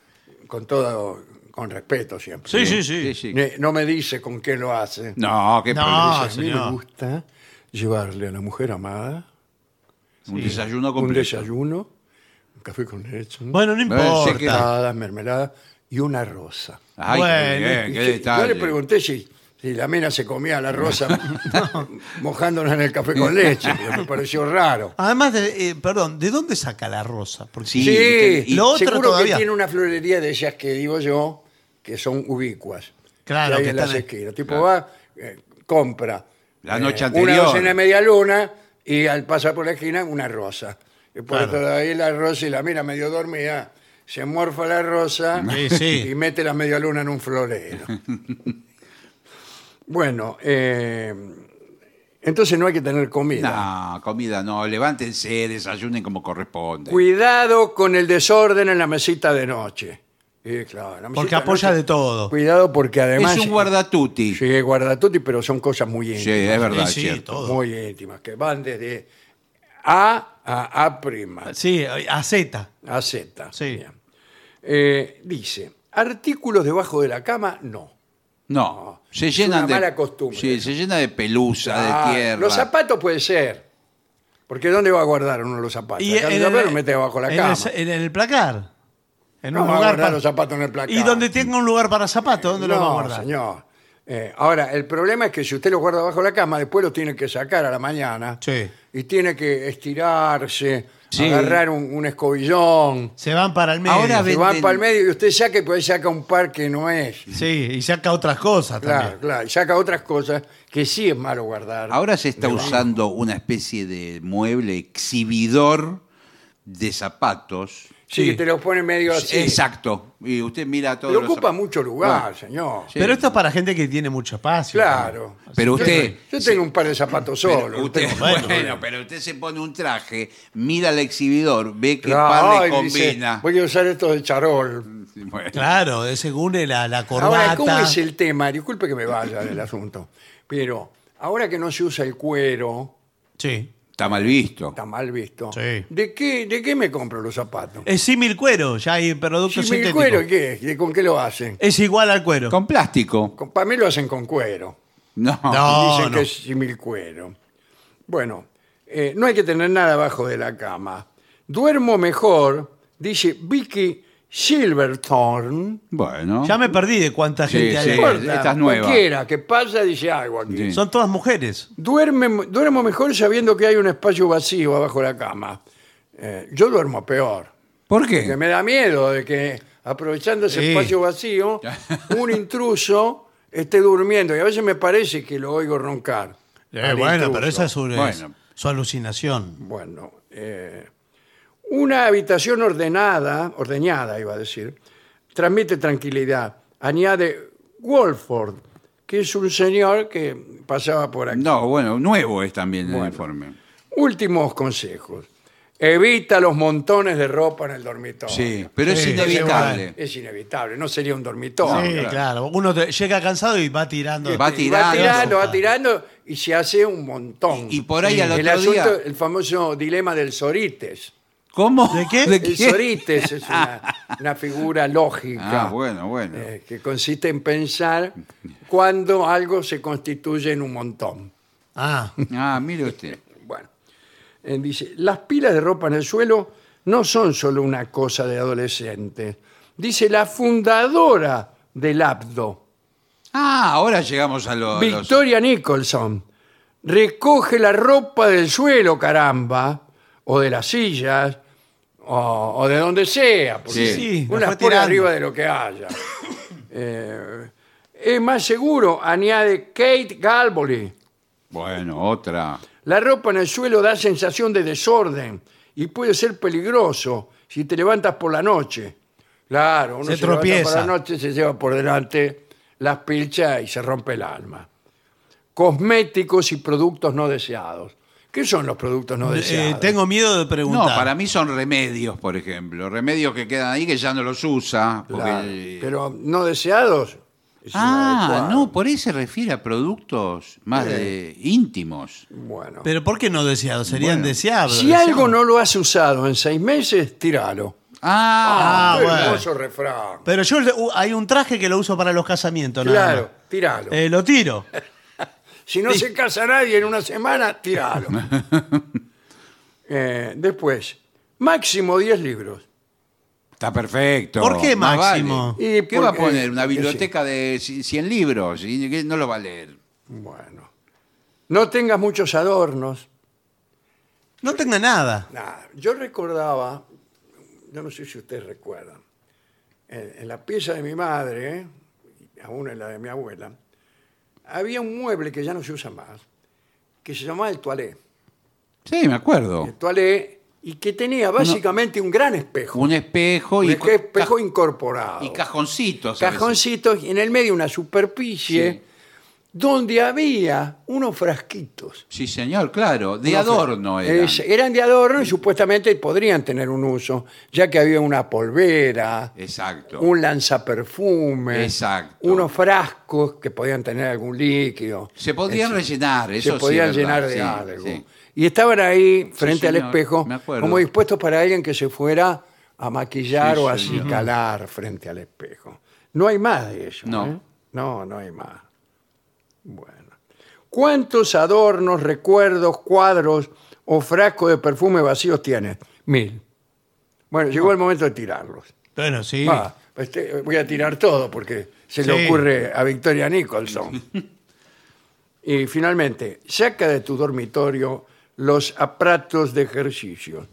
con todo, con respeto siempre. Sí, sí, Sí, sí. sí. Ne- No me dice con qué lo hace. No, qué No, problema. Dice, a mí me Ah, señor. gusta llevarle a la mujer amada Un desayuno un completo. desayuno, un café con leche, Bueno, no Eh, importa. sé que- tostadas, mermelada y una rosa. Ay, Bueno, qué, bien, qué Y que- detalle. Yo le pregunté si, si la mina se comía la rosa mojándola en el café con leche. pero Me pareció raro. Además, de- eh, perdón, ¿de dónde saca la rosa? Porque Sí. sí, y lo otro seguro todavía. que tiene una florería de esas que digo yo, que son ubicuas. Claro, que hay que en las están- esquinas. Tipo Claro. va, eh, compra. La eh, noche Una anterior. docena de media luna y al pasar por la esquina una rosa. Y por Claro. ahí la rosa y la mira medio dormida. Se morfa la rosa Sí, sí. y mete la media luna en un florero. bueno, eh, entonces no hay que tener comida. No, comida no. Levántense, desayunen como corresponde. Cuidado con el desorden en la mesita de noche. Sí, claro, la mesita Porque apoya noche- de todo. Cuidado porque además... es un guardatuti. Sí, Sí, guardatuti, pero son cosas muy íntimas. es verdad, Sí, sí, cierto. todo. Muy íntimas, que van desde A a A prima, Sí, eh, a Z. a Z. Sí. Bien. Eh, dice, artículos debajo de la cama, no. No, se es llenan una de mala costumbre. Sí, se llena de pelusa, Ah, de tierra. Los zapatos puede ser. Porque ¿dónde va a guardar uno los zapatos? Acá los zapatos los mete debajo de la en cama. el- en el placar. En No un va a lugar guardar para los zapatos en el placar. Y donde tenga un lugar para zapatos, ¿dónde lo va a No, guardar? señor. Eh, ahora, el problema es que si usted los guarda bajo la cama, después los tiene que sacar a la mañana. Sí. Y tiene que estirarse, Sí. agarrar un, un escobillón. Se van para el medio. Ahora Se ve- van Venden- para el medio y usted saca y puede saca un par que no es. Sí, y saca otras cosas Claro, también. claro. Y saca otras cosas que sí es malo guardar. Ahora se está usando una especie de mueble exhibidor de zapatos. sí, sí. que te los pone medio así. Exacto. Y usted mira todo. Pero ocupa mucho lugar, señor. Sí. Pero esto es para gente que tiene mucho espacio. Claro. Pero Yo- usted- Yo, tengo un par de zapatos solo. no usted, tengo- bueno, bueno, pero usted se pone un traje, mira al exhibidor, ve qué Claro, par le ay, dice, combina. voy a usar estos de charol. Bueno, Claro, es según la, la corbata. Ahora, ¿cómo es el tema? Disculpe que me vaya del asunto, pero ahora que no se usa el cuero, Sí. Está mal visto. está mal visto, Sí. Eh, ¿de, qué, ¿de qué me compro los zapatos? Es símil cuero, ya hay Si productos el sintéticos. cuero, ¿qué es? ¿De- ¿Con qué lo hacen? Es igual al cuero. Con plástico. Para mí lo hacen con cuero. No. No. Dicen que Ah, no. es simil cuero. Bueno, eh, no hay que tener nada abajo de la cama. Duermo mejor, dice Vicky Silverthorne. Bueno. Ya me perdí de cuánta Sí, gente sí. hay. No importa, esta es nueva. Cualquiera que pasa dice algo aquí. Sí. Son todas mujeres. Duerme, duermo mejor sabiendo que hay un espacio vacío abajo la cama. Eh, yo duermo peor. ¿Por Porque qué? me da miedo de que, aprovechando ese Sí. espacio vacío, un intruso esté durmiendo. Y a veces me parece que lo oigo roncar. Eh, al bueno, intruso. pero esa es su, es Bueno. su alucinación. Bueno, eh, una habitación ordenada, ordeñada iba a decir, transmite tranquilidad. Añade Wolford, que es un señor que pasaba por aquí. No, bueno, nuevo es también el Bueno. informe. Últimos consejos. evita los montones de ropa en el dormitorio. Sí, pero es Sí, inevitable. Es inevitable, no sería un dormitorio. sí, claro. claro. Uno te- llega cansado y va tirando. Va Y Va tirando. tirando, va tirando y se hace un montón. Y- y por ahí al otro el asunto, día- el famoso dilema del sorites. ¿Cómo? ¿De qué? El sorites es una, una figura lógica Ah, bueno, bueno. eh, que consiste en pensar cuando algo se constituye en un montón. Ah, Ah, mire usted. Bueno, eh, dice, las pilas de ropa en el suelo no son solo una cosa de adolescentes. Dice la fundadora del APDO, Ah, ahora llegamos a lo- a los. Victoria Nicholson. Recoge la ropa del suelo, caramba, o de las sillas, o, o de donde sea. porque Sí, sí, la unas fue por tirando. arriba de lo que haya. Eh, es más seguro, añade Kate Galboli. Bueno, otra. La ropa en el suelo da sensación de desorden y puede ser peligroso si te levantas por la noche. Claro, uno se, Se levanta por tropieza. la noche, se lleva por delante las pilchas y se rompe el alma. Cosméticos y productos no deseados. ¿Qué son los productos no eh, deseados? tengo miedo de No, preguntar. para mí son remedios, por ejemplo. Remedios que quedan ahí que ya no los usa. porque- Claro, Pero no deseados. es ah, inadecuado. no, por ahí se refiere a productos más de íntimos. Bueno. Pero ¿por qué no deseado? Serían Bueno, deseables. si algo no lo has usado en seis meses, tíralo. Ah, Ah, Qué bueno. hermoso refrán. Pero yo uh, hay un traje que lo uso para los casamientos. nada Claro, más. tíralo. Eh, lo tiro. Si no se casa nadie en una semana, tiralo. Eh, después, máximo 10 libros. está perfecto. ¿Por qué Más vale. máximo? Y ¿Qué va a porque- poner? Una qué sé. biblioteca de ci- 100 libros. Y que no lo va a leer. Bueno. No tengas muchos adornos. No tenga nada. Nada. Yo recordaba, yo no sé si ustedes recuerdan, en, en la pieza de mi madre, y aún en la de mi abuela, había un mueble que ya no se usa más, que se llamaba el toalé. Sí, me acuerdo. El toalé, y que tenía básicamente un gran espejo. Un espejo un y, ca- espejo ca- incorporado. y cajoncitos. a veces. cajoncitos y en el medio una superficie Sí. donde había unos frasquitos. Sí, señor, claro. De Unos fra- adorno eran. Es- eran de adorno y supuestamente podrían tener un uso, ya que había una polvera, Exacto. un lanzaperfume, Exacto. unos frascos que podían tener algún líquido. Se podían Eso. rellenar, eso se sí, podían verdad, llenar de sí, algo. sí. Y estaban ahí frente al señor, espejo, me acuerdo. como dispuestos para alguien que se fuera a maquillar Sí, o a señor. acicalar frente al espejo. No hay más de eso. No. ¿eh? No, no hay más. Bueno. ¿Cuántos adornos, recuerdos, cuadros o frascos de perfume vacíos tienes? Mil. Bueno, llegó el momento de tirarlos. Bueno, sí. Ah, este, voy a tirar todo porque se le Sí. ocurre a Victoria Nicholson. y finalmente, saca de tu dormitorio los aparatos de ejercicio.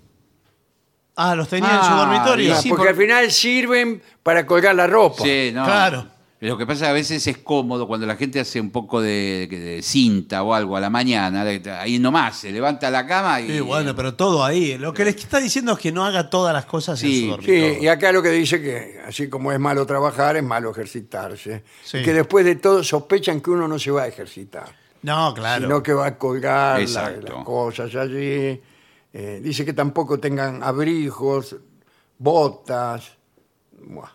Ah, los tenía en su Ah, dormitorio. y Ah, sí, porque por- al final sirven para colgar la ropa. Sí, no. Claro. Lo que pasa es que a veces es cómodo cuando la gente hace un poco de, de cinta o algo a la mañana, de- ahí nomás se levanta a la cama y. Sí, bueno, pero todo ahí. Lo que les está diciendo es que no haga todas las cosas Sí, en su Sí, dormitorio. y acá lo que dice que así como es malo trabajar, es malo ejercitarse. Sí. Y que después de todo sospechan que uno no se va a ejercitar. No, claro. sino que va a colgar la- Exacto. las cosas allí. Eh, dice que tampoco tengan abrijos, botas. Buah.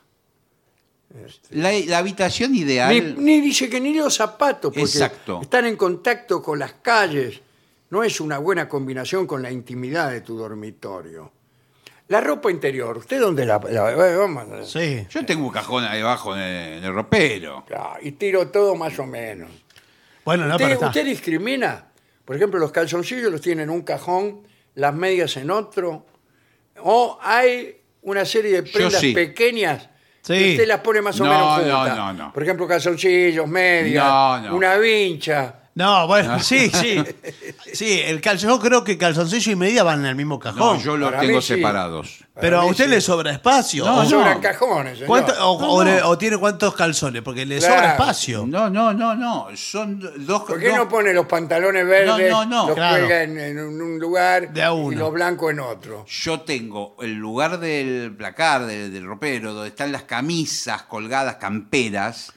La, la habitación Ni, ideal. ni dice que ni los zapatos, porque Exacto. están en contacto con las calles. No es una buena combinación con la intimidad de tu dormitorio. La ropa interior, ¿usted dónde la, la- eh, vamos a- Sí. Yo tengo un cajón ahí abajo en el, en el ropero. Ah, y tiro todo más o menos. Bueno, Ah, no, pero ¿Usted, está. usted discrimina? Por ejemplo, los calzoncillos los tienen en un cajón, las medias en otro. O hay una serie de prendas sí. pequeñas que Sí. usted las pone más o No, menos no, juntas. no, no. Por ejemplo, calzoncillos, medias, No, no. una vincha. No, bueno, sí, sí. Sí, el cal- yo creo que calzoncillo y media van en el mismo No, cajón. yo los para tengo mí sí. separados. pero para a mí usted sí. le sobra espacio. o, No, No, no. Oh, sobran cajones. señor. ¿Cuánto- o- No, o no. le- o tiene cuántos calzones? Porque le Claro. sobra espacio. No, no, no, no. Son do- dos ¿Por qué no, dos- pone los pantalones verdes, No, no, no, los claro. cuelga en, en un lugar De a y uno. los blancos en otro? Yo tengo el lugar del placar, del, del ropero, donde están las camisas colgadas, camperas.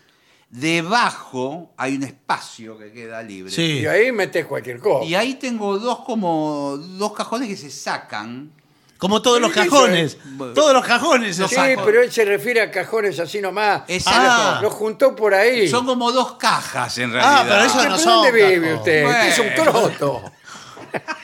Debajo hay un espacio que queda libre. Sí. Y ahí metes cualquier cosa. Y ahí tengo dos como dos cajones que se sacan Como todos los Sí, sí, cajones. sí. Todos los cajones. los Sí, saco. pero él se refiere a cajones así nomás. Exacto. Ah. Los juntó por ahí. Son Pero, como dos cajas en realidad. pero eso no ¿pero son Ah, ¿Dónde vive cajones. usted? Usted Es un Bueno. croto.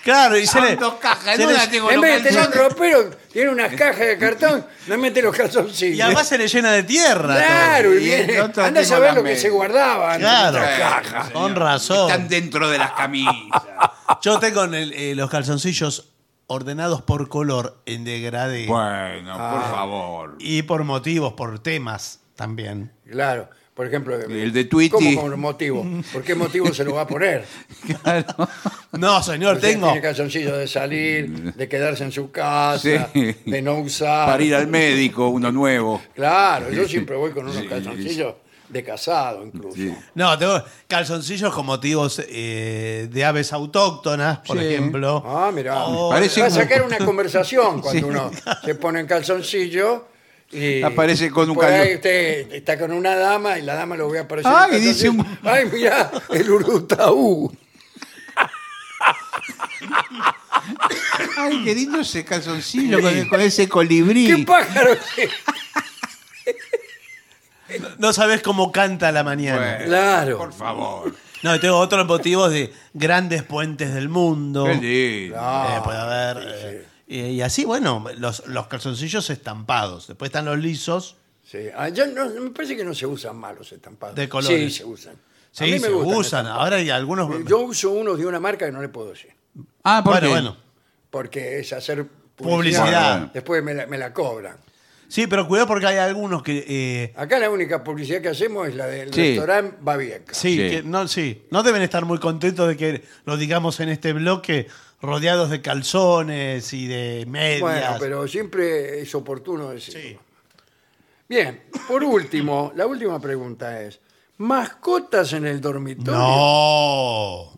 Claro, y se Son le. dos cajas, se en le- una tengo En los vez de tener un calzones. ropero, tiene unas cajas de cartón, no mete los y calzoncillos. además se le llena de tierra. Claro, y Y el viene- otro anda a tengo saber la lo que media. se guardaban. Claro. Bueno, Caja. señor. Con razón. Están dentro de las camisas. todo. Yo tengo en el- eh, los calzoncillos ordenados por color en degradé. Bueno, por favor. Y por motivos, por temas también. Claro. Por ejemplo, El de Tweety. ¿Cómo con motivo? ¿Por qué motivo se lo va a poner? Claro. No, señor, Usted tengo. Tiene calzoncillos de salir, de quedarse en su casa, Sí. de no usar. Para ir al médico, uno nuevo. Claro, yo siempre voy con unos calzoncillos de casado incluso. Sí. No, tengo calzoncillos con motivos eh, de aves autóctonas, por Sí. ejemplo. Ah, mirá. O- Parece Va a como- sacar una conversación cuando uno se pone en calzoncillo. Y Aparece con un por ahí calzon- usted está con una dama y la dama lo ve aparecer. Ah, en y dice un- calzoncillo. Ay, mirá, el Urutaú. Ay, qué lindo ese calzoncillo con, con ese colibrí. ¿Qué pájaro es? No sabes cómo canta a la mañana. Bueno. Claro. Por favor. No, y tengo otros motivos de grandes puentes del mundo. Qué lindo. Ah, Eh, puede haber. eh, y, y así, bueno, los, los calzoncillos estampados. Después están los lisos. sí. Ah, ya no- me parece que no se usan mal los estampados. De colores. Sí, se usan. A mí Sí, me se gustan Eh, usan. Ahora hay algunos. Yo uso unos de una marca que no le puedo decir. Ah, ¿por bueno, qué? bueno. Porque es hacer Publicidad. Bueno, Después me la, me la cobran. Sí, pero cuidado porque hay algunos que. eh, Acá la única publicidad que hacemos es la del Sí. restaurante Babieca. sí, Sí. Que, no, sí, no deben estar muy contentos de que lo digamos en este bloque, rodeados de calzones y de medias. Bueno, pero siempre es oportuno decirlo. Sí. Bien, por último, la última pregunta es, ¿mascotas en el dormitorio? No.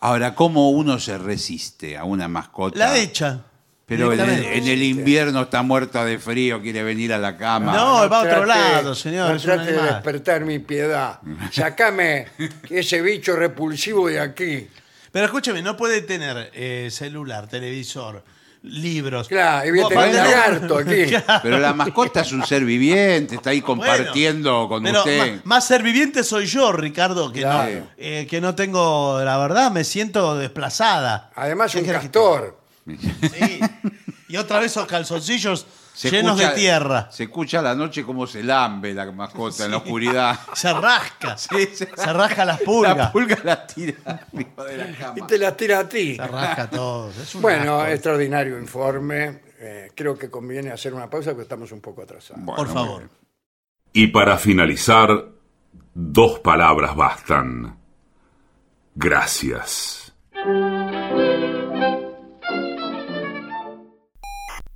Ahora, ¿cómo uno se resiste a una mascota? La hecha. Ah. Pero en el, directamente. en el invierno está muerta de frío, quiere venir a la cama. No, va a otro trate- lado, señor, No es un trate de animal. despertar mi piedad. Sacame ese bicho repulsivo de aquí. Pero escúcheme, no puede tener eh, celular, televisor, libros. Claro, y voy a Vos, tener un para- lagarto aquí. Pero la mascota es un ser viviente, está ahí Bueno, compartiendo con pero usted. ma- Más serviviente soy yo, Ricardo, que, Claro. no, eh, que no tengo, la verdad, me siento desplazada. Además ¿Qué un querés que- castor. Sí. Y otra vez esos calzoncillos Se llenos escucha- de tierra. Se escucha a la noche cómo se lambe la mascota en la oscuridad. Se rasca. se- Se rasca las pulgas. La pulga la tira arriba de la Y cama. te las tira a ti. Se rasca todo. Es un Bueno, asco. extraordinario informe. Eh, creo que conviene hacer una pausa porque estamos un poco atrasados. por favor. Y para finalizar, dos palabras bastan. Gracias.